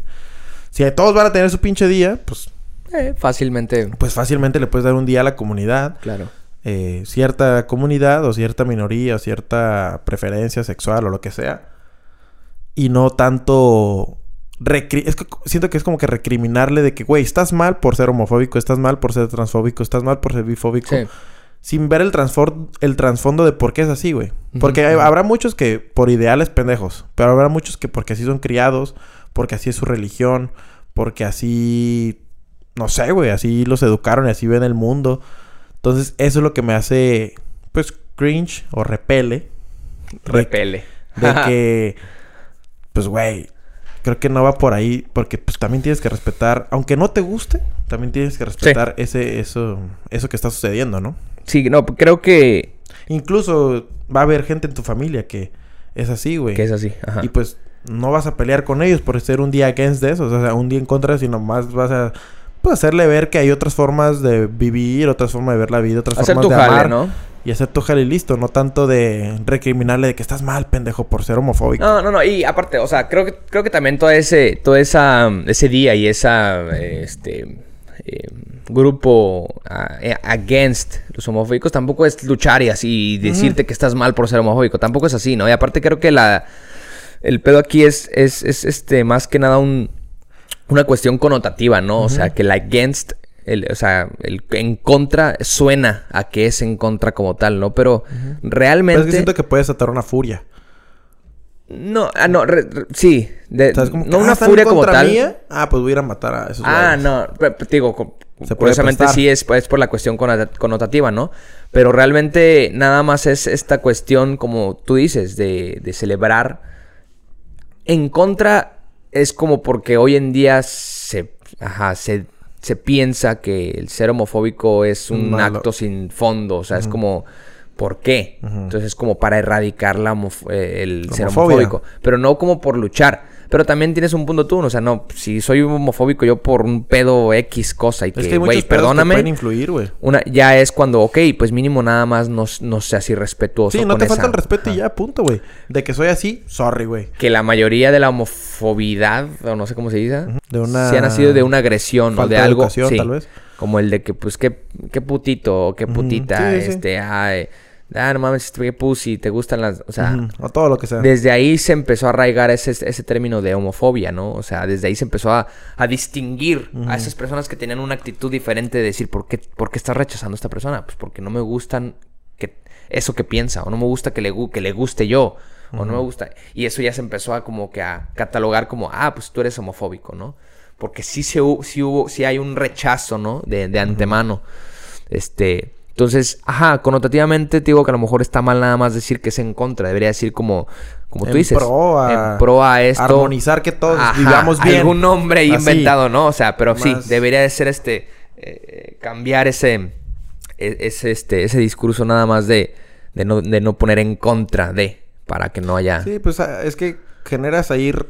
S4: Si todos van a tener su pinche día, pues,
S3: Eh, fácilmente.
S4: pues fácilmente le puedes dar un día a la comunidad.
S3: Claro.
S4: eh, cierta comunidad o cierta minoría o cierta preferencia sexual o lo que sea. Y no tanto... recri- es que co- siento que es como que recriminarle de que, güey, estás mal por ser homofóbico, estás mal por ser transfóbico, estás mal por ser bifóbico.
S3: Sí.
S4: Sin ver el, transfor- el trasfondo de por qué es así, güey.
S3: Ujú,
S4: Porque hay-
S3: ujú.
S4: habrá muchos que por ideales pendejos, pero habrá muchos que porque así son criados, porque así es su religión, porque así, no sé, güey, así los educaron y así ven el mundo. Entonces, eso es lo que me hace, pues, cringe o repele.
S3: Repele.
S4: De que, pues, güey, creo que no va por ahí, porque pues también tienes que respetar, aunque no te guste, también tienes que respetar ese, eso, eso que está sucediendo, ¿no?
S3: Sí, no, creo que,
S4: Incluso va a haber gente en tu familia que es así, güey.
S3: que es así. Ajá.
S4: Y pues no vas a pelear con ellos por ser un día against de eso, o sea, un día en contra, sino más vas a pues, hacerle ver que hay otras formas de vivir, otras formas de ver la vida, otras
S3: Hacer
S4: formas
S3: tu
S4: de
S3: jale,
S4: amar
S3: ¿no?
S4: y hacer tu jale y listo, no tanto de recriminarle de que estás mal, pendejo, por ser homofóbico.
S3: No, no, no. Y aparte, o sea, creo que, creo que también todo ese, todo esa, mm, ese día y esa, eh, este, eh, grupo ah, eh, against los homofóbicos tampoco es luchar y así y decirte que estás mal por ser homofóbico. Tampoco es así, ¿no? Y aparte creo que la el pedo aquí es, es, es, este más que nada un, una cuestión connotativa, ¿no? O sea, que la against, el, o sea, el en contra suena a que es en contra como tal, ¿no? Pero
S4: Pero
S3: realmente...
S4: es que siento que puedes atar una furia.
S3: No, ah, no, re- re- sí. de-
S4: O sea, es como que,
S3: no
S4: ah,
S3: una
S4: ¿están en
S3: furia como
S4: contra
S3: tal.
S4: mía? Ah, pues voy a ir a matar a esos
S3: Ah,
S4: güeyes.
S3: no, pe- pe- te digo, co-
S4: Se puede
S3: curiosamente
S4: prestar.
S3: sí es, es por la cuestión conota- connotativa, ¿no? Pero realmente nada más es esta cuestión, como tú dices, de, de celebrar. En contra es como porque hoy en día se, ajá, se, se piensa que el ser homofóbico es un
S4: Malo.
S3: acto sin fondo, o sea, es como... ¿Por qué? Entonces es como para erradicar la homof- eh, el ser
S4: Homofobia.
S3: homofóbico pero no como por luchar. Pero también tienes un punto tú, o sea, no, si soy homofóbico yo por un pedo X cosa y
S4: Es que
S3: que,
S4: hay
S3: güey,
S4: muchos pedos que pueden
S3: perdóname,
S4: influir, güey.
S3: una, ya es cuando, ok, pues mínimo nada más no, no seas irrespetuoso.
S4: Sí, no
S3: con
S4: te
S3: esa-
S4: falta el respeto y
S3: Ajá.
S4: ya, punto, güey. De que soy así, sorry, güey.
S3: Que la mayoría de la homofobidad, o no sé cómo se dice,
S4: De una-
S3: se han nacido de una agresión o de
S4: falta de
S3: algo.
S4: educación,
S3: sí.
S4: tal vez.
S3: Como el de que, pues, qué, qué putito o qué putita,
S4: Sí, sí, sí.
S3: este, ay, ah, no mames, este, qué pussy, te gustan las, o sea,
S4: Ujú, O todo lo que sea.
S3: Desde ahí se empezó a arraigar ese, ese término de homofobia, ¿no? O sea, desde ahí se empezó a, a distinguir a esas personas que tenían una actitud diferente de decir, ¿por qué, ¿por qué estás rechazando a esta persona? Pues porque no me gustan que, eso que piensa, o no me gusta que le, gu- que le guste yo, o no me gusta. Y eso ya se empezó a como que a catalogar como, ah, pues tú eres homofóbico, ¿no? Porque sí, se, hu- sí hubo, sí hay un rechazo, ¿no? De, de antemano. Este. Entonces, ajá, connotativamente te digo que a lo mejor está mal nada más decir que es en contra. Debería decir como, como tú
S4: En
S3: dices.
S4: pro a-
S3: en pro a esto.
S4: armonizar que todos
S3: Ajá,
S4: vivamos bien.
S3: Algún nombre ahí
S4: Así.
S3: inventado, ¿no? O sea, pero sí,
S4: Más-
S3: debería de ser este. eh, cambiar ese. e- Ese, este, ese discurso nada más de, de, no, de no poner en contra de. Para que no haya
S4: Sí, pues ah, es que generas ahí... r-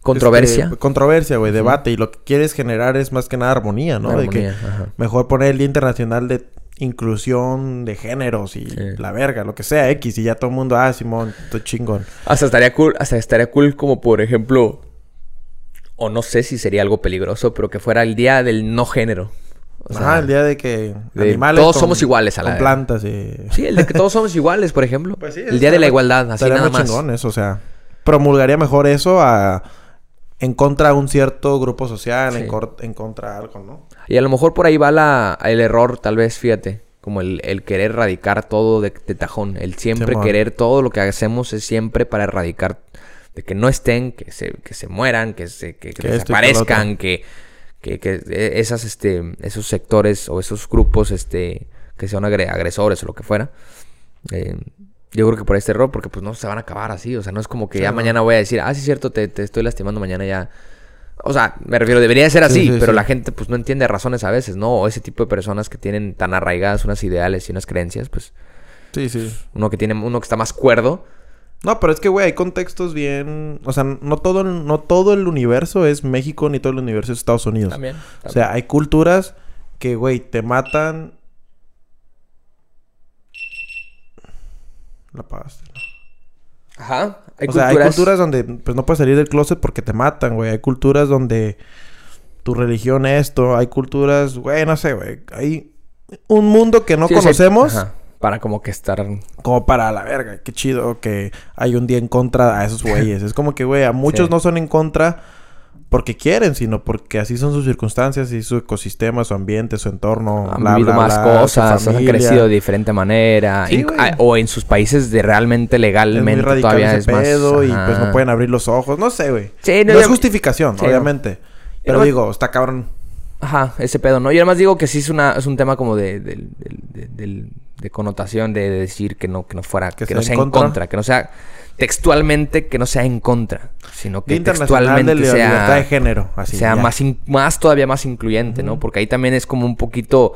S3: controversia.
S4: este, controversia, güey, debate. Y lo que quieres generar es más que nada armonía, ¿no? de que
S3: Armonía, ajá.
S4: mejor poner el Día Internacional de Inclusión de Géneros y
S3: Sí.
S4: la verga, lo que sea, X. Y ya todo el mundo, ah, Simón, tú chingón.
S3: Hasta estaría cool, hasta estaría cool como por ejemplo, o no sé si sería algo peligroso, pero que fuera el día del no género. O sea,
S4: Ajá, el día de que
S3: de todos somos iguales a la
S4: con
S3: verga.
S4: plantas y...
S3: Sí, el de que todos somos iguales, por ejemplo.
S4: Pues sí, eso
S3: el día de la
S4: estaría-
S3: igualdad, así
S4: estaría
S3: nada
S4: muy
S3: más.
S4: chingón eso, o sea, promulgaría mejor eso a en contra de un cierto grupo social,
S3: Sí.
S4: en, cor- en contra de algo, ¿no?
S3: Y a lo mejor por ahí va la, el error, tal vez, fíjate. Como el, el querer erradicar todo de, de tajón. El siempre
S4: Simón.
S3: querer todo lo que hacemos es siempre para erradicar. De que no estén, que se, que se mueran, que se que, que
S4: Que esto y que lo
S3: desaparezcan, que, que, que e- esas, este, esos sectores o esos grupos este, que sean agre- agresores o lo que fuera. Eh, yo creo que por este error, porque pues no se van a acabar así. O sea, no es como que ya mañana voy a decir, ah, sí, es cierto, te, te estoy lastimando, mañana ya. O sea, me refiero, debería de ser así,
S4: sí,
S3: pero
S4: sí.
S3: la gente pues no entiende razones a veces, ¿no? O ese tipo de personas que tienen tan arraigadas unas ideales y unas creencias, pues
S4: Sí, sí.
S3: uno que tiene, uno que está más cuerdo.
S4: No, pero es que, güey, hay contextos bien... O sea, no todo, no todo el universo es México, ni todo el universo es Estados Unidos.
S3: También.
S4: O sea, hay culturas que, güey, te matan... La apagaste.
S3: Ajá. Hay
S4: o
S3: culturas.
S4: sea, hay culturas donde pues no puedes salir del closet porque te matan, güey. Hay culturas donde tu religión es esto. Hay culturas, güey, no sé, güey. Hay un mundo que no
S3: Sí, o sea,
S4: conocemos
S3: ajá, Para como que estar. ah,
S4: como para la verga. Qué chido que hay un día en contra a esos güeyes. es como que, güey, a muchos
S3: Sí.
S4: no son en contra porque quieren, sino porque así son sus circunstancias y su ecosistema, su ambiente, su entorno.
S3: Han
S4: bla,
S3: vivido
S4: bla,
S3: más
S4: bla, su
S3: cosas, han
S4: familia.
S3: crecido de diferente manera.
S4: Sí,
S3: inc-
S4: güey.
S3: ah, o en sus países de realmente
S4: Es muy
S3: legalmente
S4: radical
S3: todavía
S4: ese
S3: es más.
S4: pedo y
S3: ajá.
S4: pues no pueden abrir los ojos. No sé, güey.
S3: Sí,
S4: no
S3: no,
S4: es
S3: yo-
S4: justificación,
S3: Sí, no.
S4: obviamente. Pero
S3: no-
S4: digo, está cabrón.
S3: Ajá, ese pedo, ¿no? Yo además digo que sí es, una, es un tema como de, del- del- de- del- de connotación, de decir que no, que no fuera, que,
S4: Que
S3: no
S4: sea
S3: sea
S4: en
S3: en
S4: contra.
S3: contra. que no sea textualmente, que no sea en contra, sino que
S4: Día Internacional
S3: textualmente
S4: de la Libertad de
S3: sea,
S4: Género. Así,
S3: sea
S4: ya.
S3: más, in- más, todavía más incluyente, ¿no? Porque ahí también es como un poquito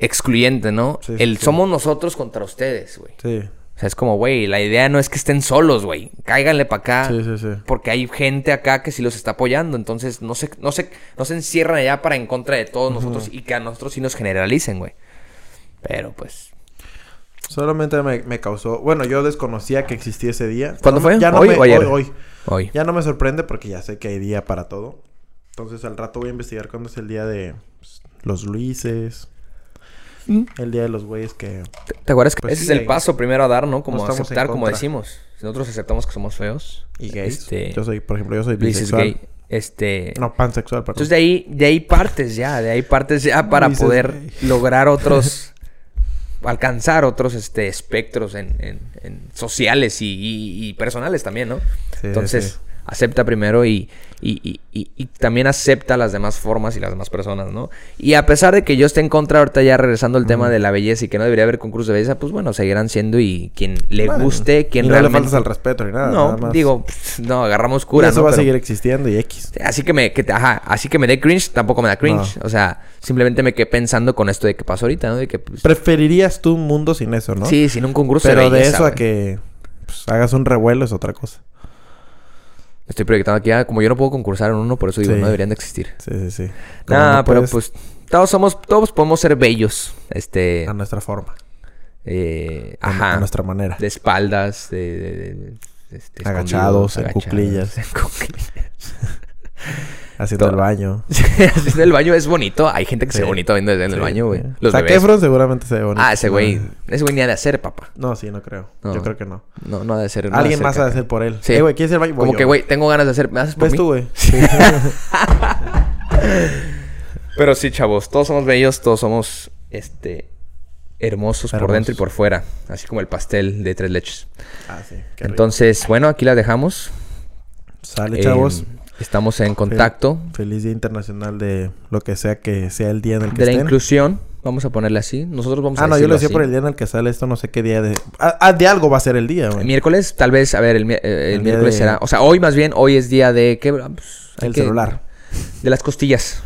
S3: excluyente, ¿no?
S4: Sí, sí,
S3: El
S4: sí.
S3: somos nosotros contra ustedes, güey.
S4: Sí,
S3: O sea, es como, güey, la idea no es que estén solos, güey. Cáiganle para acá.
S4: sí, sí, sí.
S3: Porque hay gente acá que sí los está apoyando. Entonces, no se, no se, no se encierran allá para en contra de todos nosotros y que a nosotros sí nos generalicen, güey. Pero pues.
S4: Solamente me, me causó... Bueno, yo desconocía que existía ese día.
S3: ¿Cuándo
S4: No me-
S3: fue?
S4: Ya no
S3: ¿Hoy
S4: me-
S3: o ayer?
S4: Hoy, hoy.
S3: Hoy.
S4: Ya no me sorprende porque ya sé que hay día para todo. Entonces, al rato voy a investigar cuándo es el día de... pues, los Luises.
S3: Mm.
S4: El día de los güeyes que.
S3: ¿Te, te acuerdas que
S4: Pues
S3: ese
S4: sí,
S3: es el
S4: ahí.
S3: paso primero a dar, ¿no? Como
S4: No estamos en
S3: aceptar, como
S4: contra.
S3: decimos. Si nosotros aceptamos que somos feos.
S4: Y gays.
S3: Este,
S4: Yo soy, por ejemplo, yo soy
S3: Luis es
S4: bisexual.
S3: gay. Este.
S4: No, pansexual, perdón.
S3: Entonces de ahí, de ahí partes ya, de ahí partes ya para
S4: Luis es
S3: poder
S4: gay.
S3: lograr otros, alcanzar otros este espectros en, en- en sociales y, y- y personales también, ¿no?
S4: Sí,
S3: Entonces, acepta primero y, y- y- y- y también acepta las demás formas y las demás personas, ¿no? Y a pesar de que yo esté en contra ahorita ya regresando al tema de la belleza y que no debería haber concursos de belleza, pues bueno, seguirán siendo y quien le
S4: Bueno,
S3: guste, quien
S4: y no
S3: realmente...
S4: le faltas al respeto ni nada.
S3: no,
S4: nada más.
S3: digo, pff, no, agarramos cura,
S4: Eso
S3: ¿no?
S4: va
S3: Pero-
S4: a seguir existiendo y X.
S3: Así que me, que te- ajá, así que me dé cringe, tampoco me da cringe. O sea, simplemente me quedé pensando con esto de que pasó ahorita, ¿no? De que, pues,
S4: Preferirías tú un mundo sin eso, ¿no?
S3: Sí, sin un concurso
S4: Pero de
S3: belleza,
S4: eso a
S3: güey.
S4: que pues, hagas un revuelo es otra cosa.
S3: Me Estoy proyectando aquí, ah, como yo no puedo concursar en uno, por eso digo,
S4: Sí.
S3: no deberían de existir.
S4: Sí, sí, sí. Como
S3: Nah,
S4: no
S3: pero
S4: puedes,
S3: pues todos somos, todos podemos ser bellos. Este,
S4: A nuestra forma.
S3: eh,
S4: a-
S3: ajá.
S4: A nuestra manera.
S3: De espaldas, de, de- de- de- este, escondidos,
S4: Agachados, en
S3: agachados,
S4: cuclillas.
S3: en cuclillas.
S4: Haciendo
S3: todo.
S4: el baño.
S3: Haciendo el baño es bonito. Hay gente que se ve
S4: Sí.
S3: bonito viendo desde el
S4: Sí,
S3: baño, güey.
S4: sí.
S3: Los
S4: Zac
S3: bebés.
S4: Efron seguramente se ve bonito.
S3: Ah, ese güey. Ese güey ni ha de hacer, papá.
S4: No, sí, no creo.
S3: No.
S4: Yo creo que no.
S3: No, no ha de ser. no ha de
S4: Alguien
S3: ser
S4: más ha de
S3: caca.
S4: hacer por él.
S3: Sí.
S4: Eh, güey, ¿quieres ir al baño? Voy
S3: Como
S4: yo,
S3: que, güey, tengo ganas de hacer. ¿Me haces por
S4: ¿Ves
S3: mí?
S4: tú, güey?
S3: Pero sí, chavos, todos somos bellos, todos somos este hermosos por
S4: Hermosos.
S3: dentro y por fuera, así como el pastel de tres leches.
S4: ah, sí. qué rico.
S3: Entonces, bueno, aquí la dejamos.
S4: Sale,
S3: Eh,
S4: chavos.
S3: estamos en contacto
S4: Feliz Día Internacional de lo que sea que sea el día en el que
S3: de la
S4: estén.
S3: inclusión, vamos a ponerle así. Nosotros vamos a
S4: Ah, no,
S3: decirlo
S4: yo lo decía
S3: así.
S4: por el día en el que sale esto, no sé qué día de... Ah, ah, de algo va a ser el día, güey.
S3: miércoles, tal vez, a ver, el, mi- eh, el
S4: El día
S3: miércoles
S4: de-
S3: será, o sea, hoy más bien, hoy es día de qué Ah, pues, hay
S4: El
S3: que-
S4: celular.
S3: de las costillas,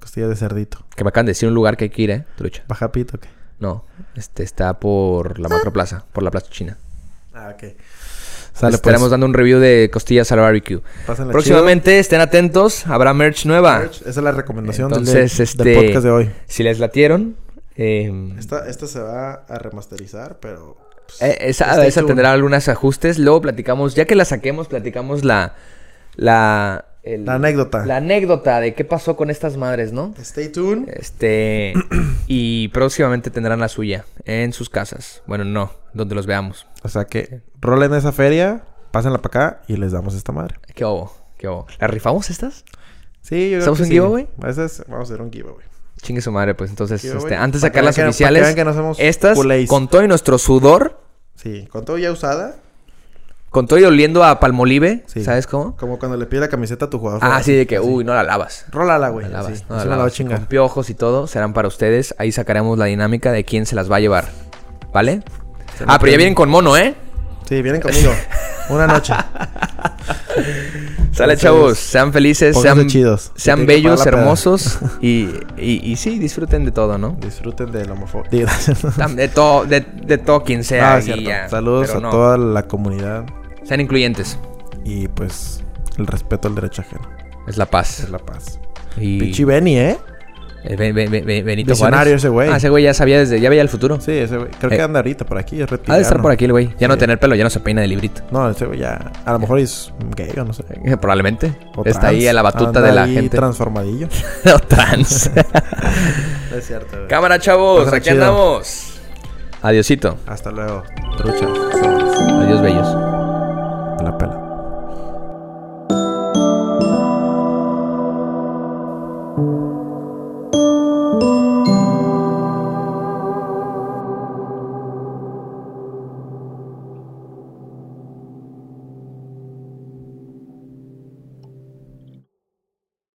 S4: Costilla de cerdito.
S3: que me acaban de decir un lugar que hay que ir, eh, trucha.
S4: ¿Baja pito o qué?
S3: No, este está por la macro plaza, por la plaza china.
S4: Ah, ok. Sale,
S3: Les estaremos
S4: pues.
S3: dando un review de costillas al barbecue.
S4: Pásenla
S3: Próximamente estén atentos, habrá merch nueva.
S4: chido. Esa es la recomendación del-
S3: Entonces,
S4: del,
S3: este,
S4: del podcast de hoy.
S3: si les latieron, eh,
S4: Esta, esta se va a remasterizar, pero... pues,
S3: eh, esa,
S4: stay
S3: esa
S4: tuned.
S3: tendrá algunos ajustes. Luego platicamos, ya que la saquemos, platicamos la la el-
S4: La anécdota.
S3: la anécdota de qué pasó con estas madres, ¿no?
S4: Stay tuned.
S3: Este y próximamente tendrán la suya en sus casas. Bueno, no, donde los veamos.
S4: O sea
S3: eh.
S4: que rolen esa feria, pásenla para acá y les damos esta madre.
S3: ¿Qué hubo? ¿Qué hubo? ¿Las rifamos estas?
S4: Sí, yo creo
S3: ¿Hacemos
S4: que
S3: un
S4: sí.
S3: giveaway?
S4: A veces vamos a hacer un giveaway.
S3: Chingue su madre, pues entonces,
S4: Giveaway.
S3: este, antes de
S4: Para
S3: sacar
S4: que
S3: las
S4: vean que no- para
S3: oficiales,
S4: que vean que no somos
S3: estas,
S4: culés.
S3: con todo y nuestro sudor,
S4: Sí, con todo ya usada.
S3: con todo y oliendo a palmolive,
S4: Sí.
S3: ¿sabes cómo?
S4: Como cuando le pide la camiseta a tu jugador.
S3: Ah,
S4: favorito.
S3: sí, de que, uy, no la lavas.
S4: Rólala, güey.
S3: La lavas,
S4: así.
S3: no la
S4: Así me la va a
S3: lavas.
S4: chingar.
S3: Con piojos y todo, serán para ustedes. Ahí sacaremos la dinámica de quién se las va a llevar. ¿Vale? Ah, pero ya vienen con mono, ¿eh?
S4: Sí, vienen conmigo. Una noche.
S3: Sale,
S4: Entonces,
S3: chavos. Sean felices,
S4: pónganse
S3: sean,
S4: chidos.
S3: sean
S4: Que tienen que
S3: bellos,
S4: pagar la peda.
S3: hermosos. Y, y, y sí, disfruten de todo, ¿no?
S4: Disfruten de la homofobia.
S3: Tam- De todo, de, de todo quien sea.
S4: Ah,
S3: y
S4: es cierto.
S3: ya.
S4: Saludos
S3: Pero
S4: a
S3: no,
S4: toda la comunidad
S3: Sean incluyentes.
S4: y pues el respeto al derecho ajeno.
S3: Es la paz.
S4: Es la paz.
S3: Y-
S4: Pichi Benny, ¿eh?
S3: Eh, Ben- Ben- Ben- Ben- Benito
S4: Visionario
S3: Juárez.
S4: ese güey.
S3: Ah, ese güey ya sabía desde, ya veía el futuro.
S4: Sí, ese güey. Creo
S3: Eh.
S4: que anda ahorita por aquí. Es
S3: ha de estar
S4: retirado.
S3: por aquí el güey. Ya no
S4: Sí.
S3: tener pelo, ya no se peina de librito.
S4: No, ese güey ya. A lo mejor es gay o no sé.
S3: Eh, Probablemente.
S4: O
S3: Está
S4: trans.
S3: ahí a la batuta
S4: Anda
S3: de la
S4: ahí
S3: gente.
S4: transformadillo.
S3: O trans.
S4: es cierto, güey.
S3: Cámara, chavos.
S4: Pásala
S3: aquí
S4: chido.
S3: andamos. Adiosito.
S4: Hasta luego. Trucha.
S3: Adiós, bellos.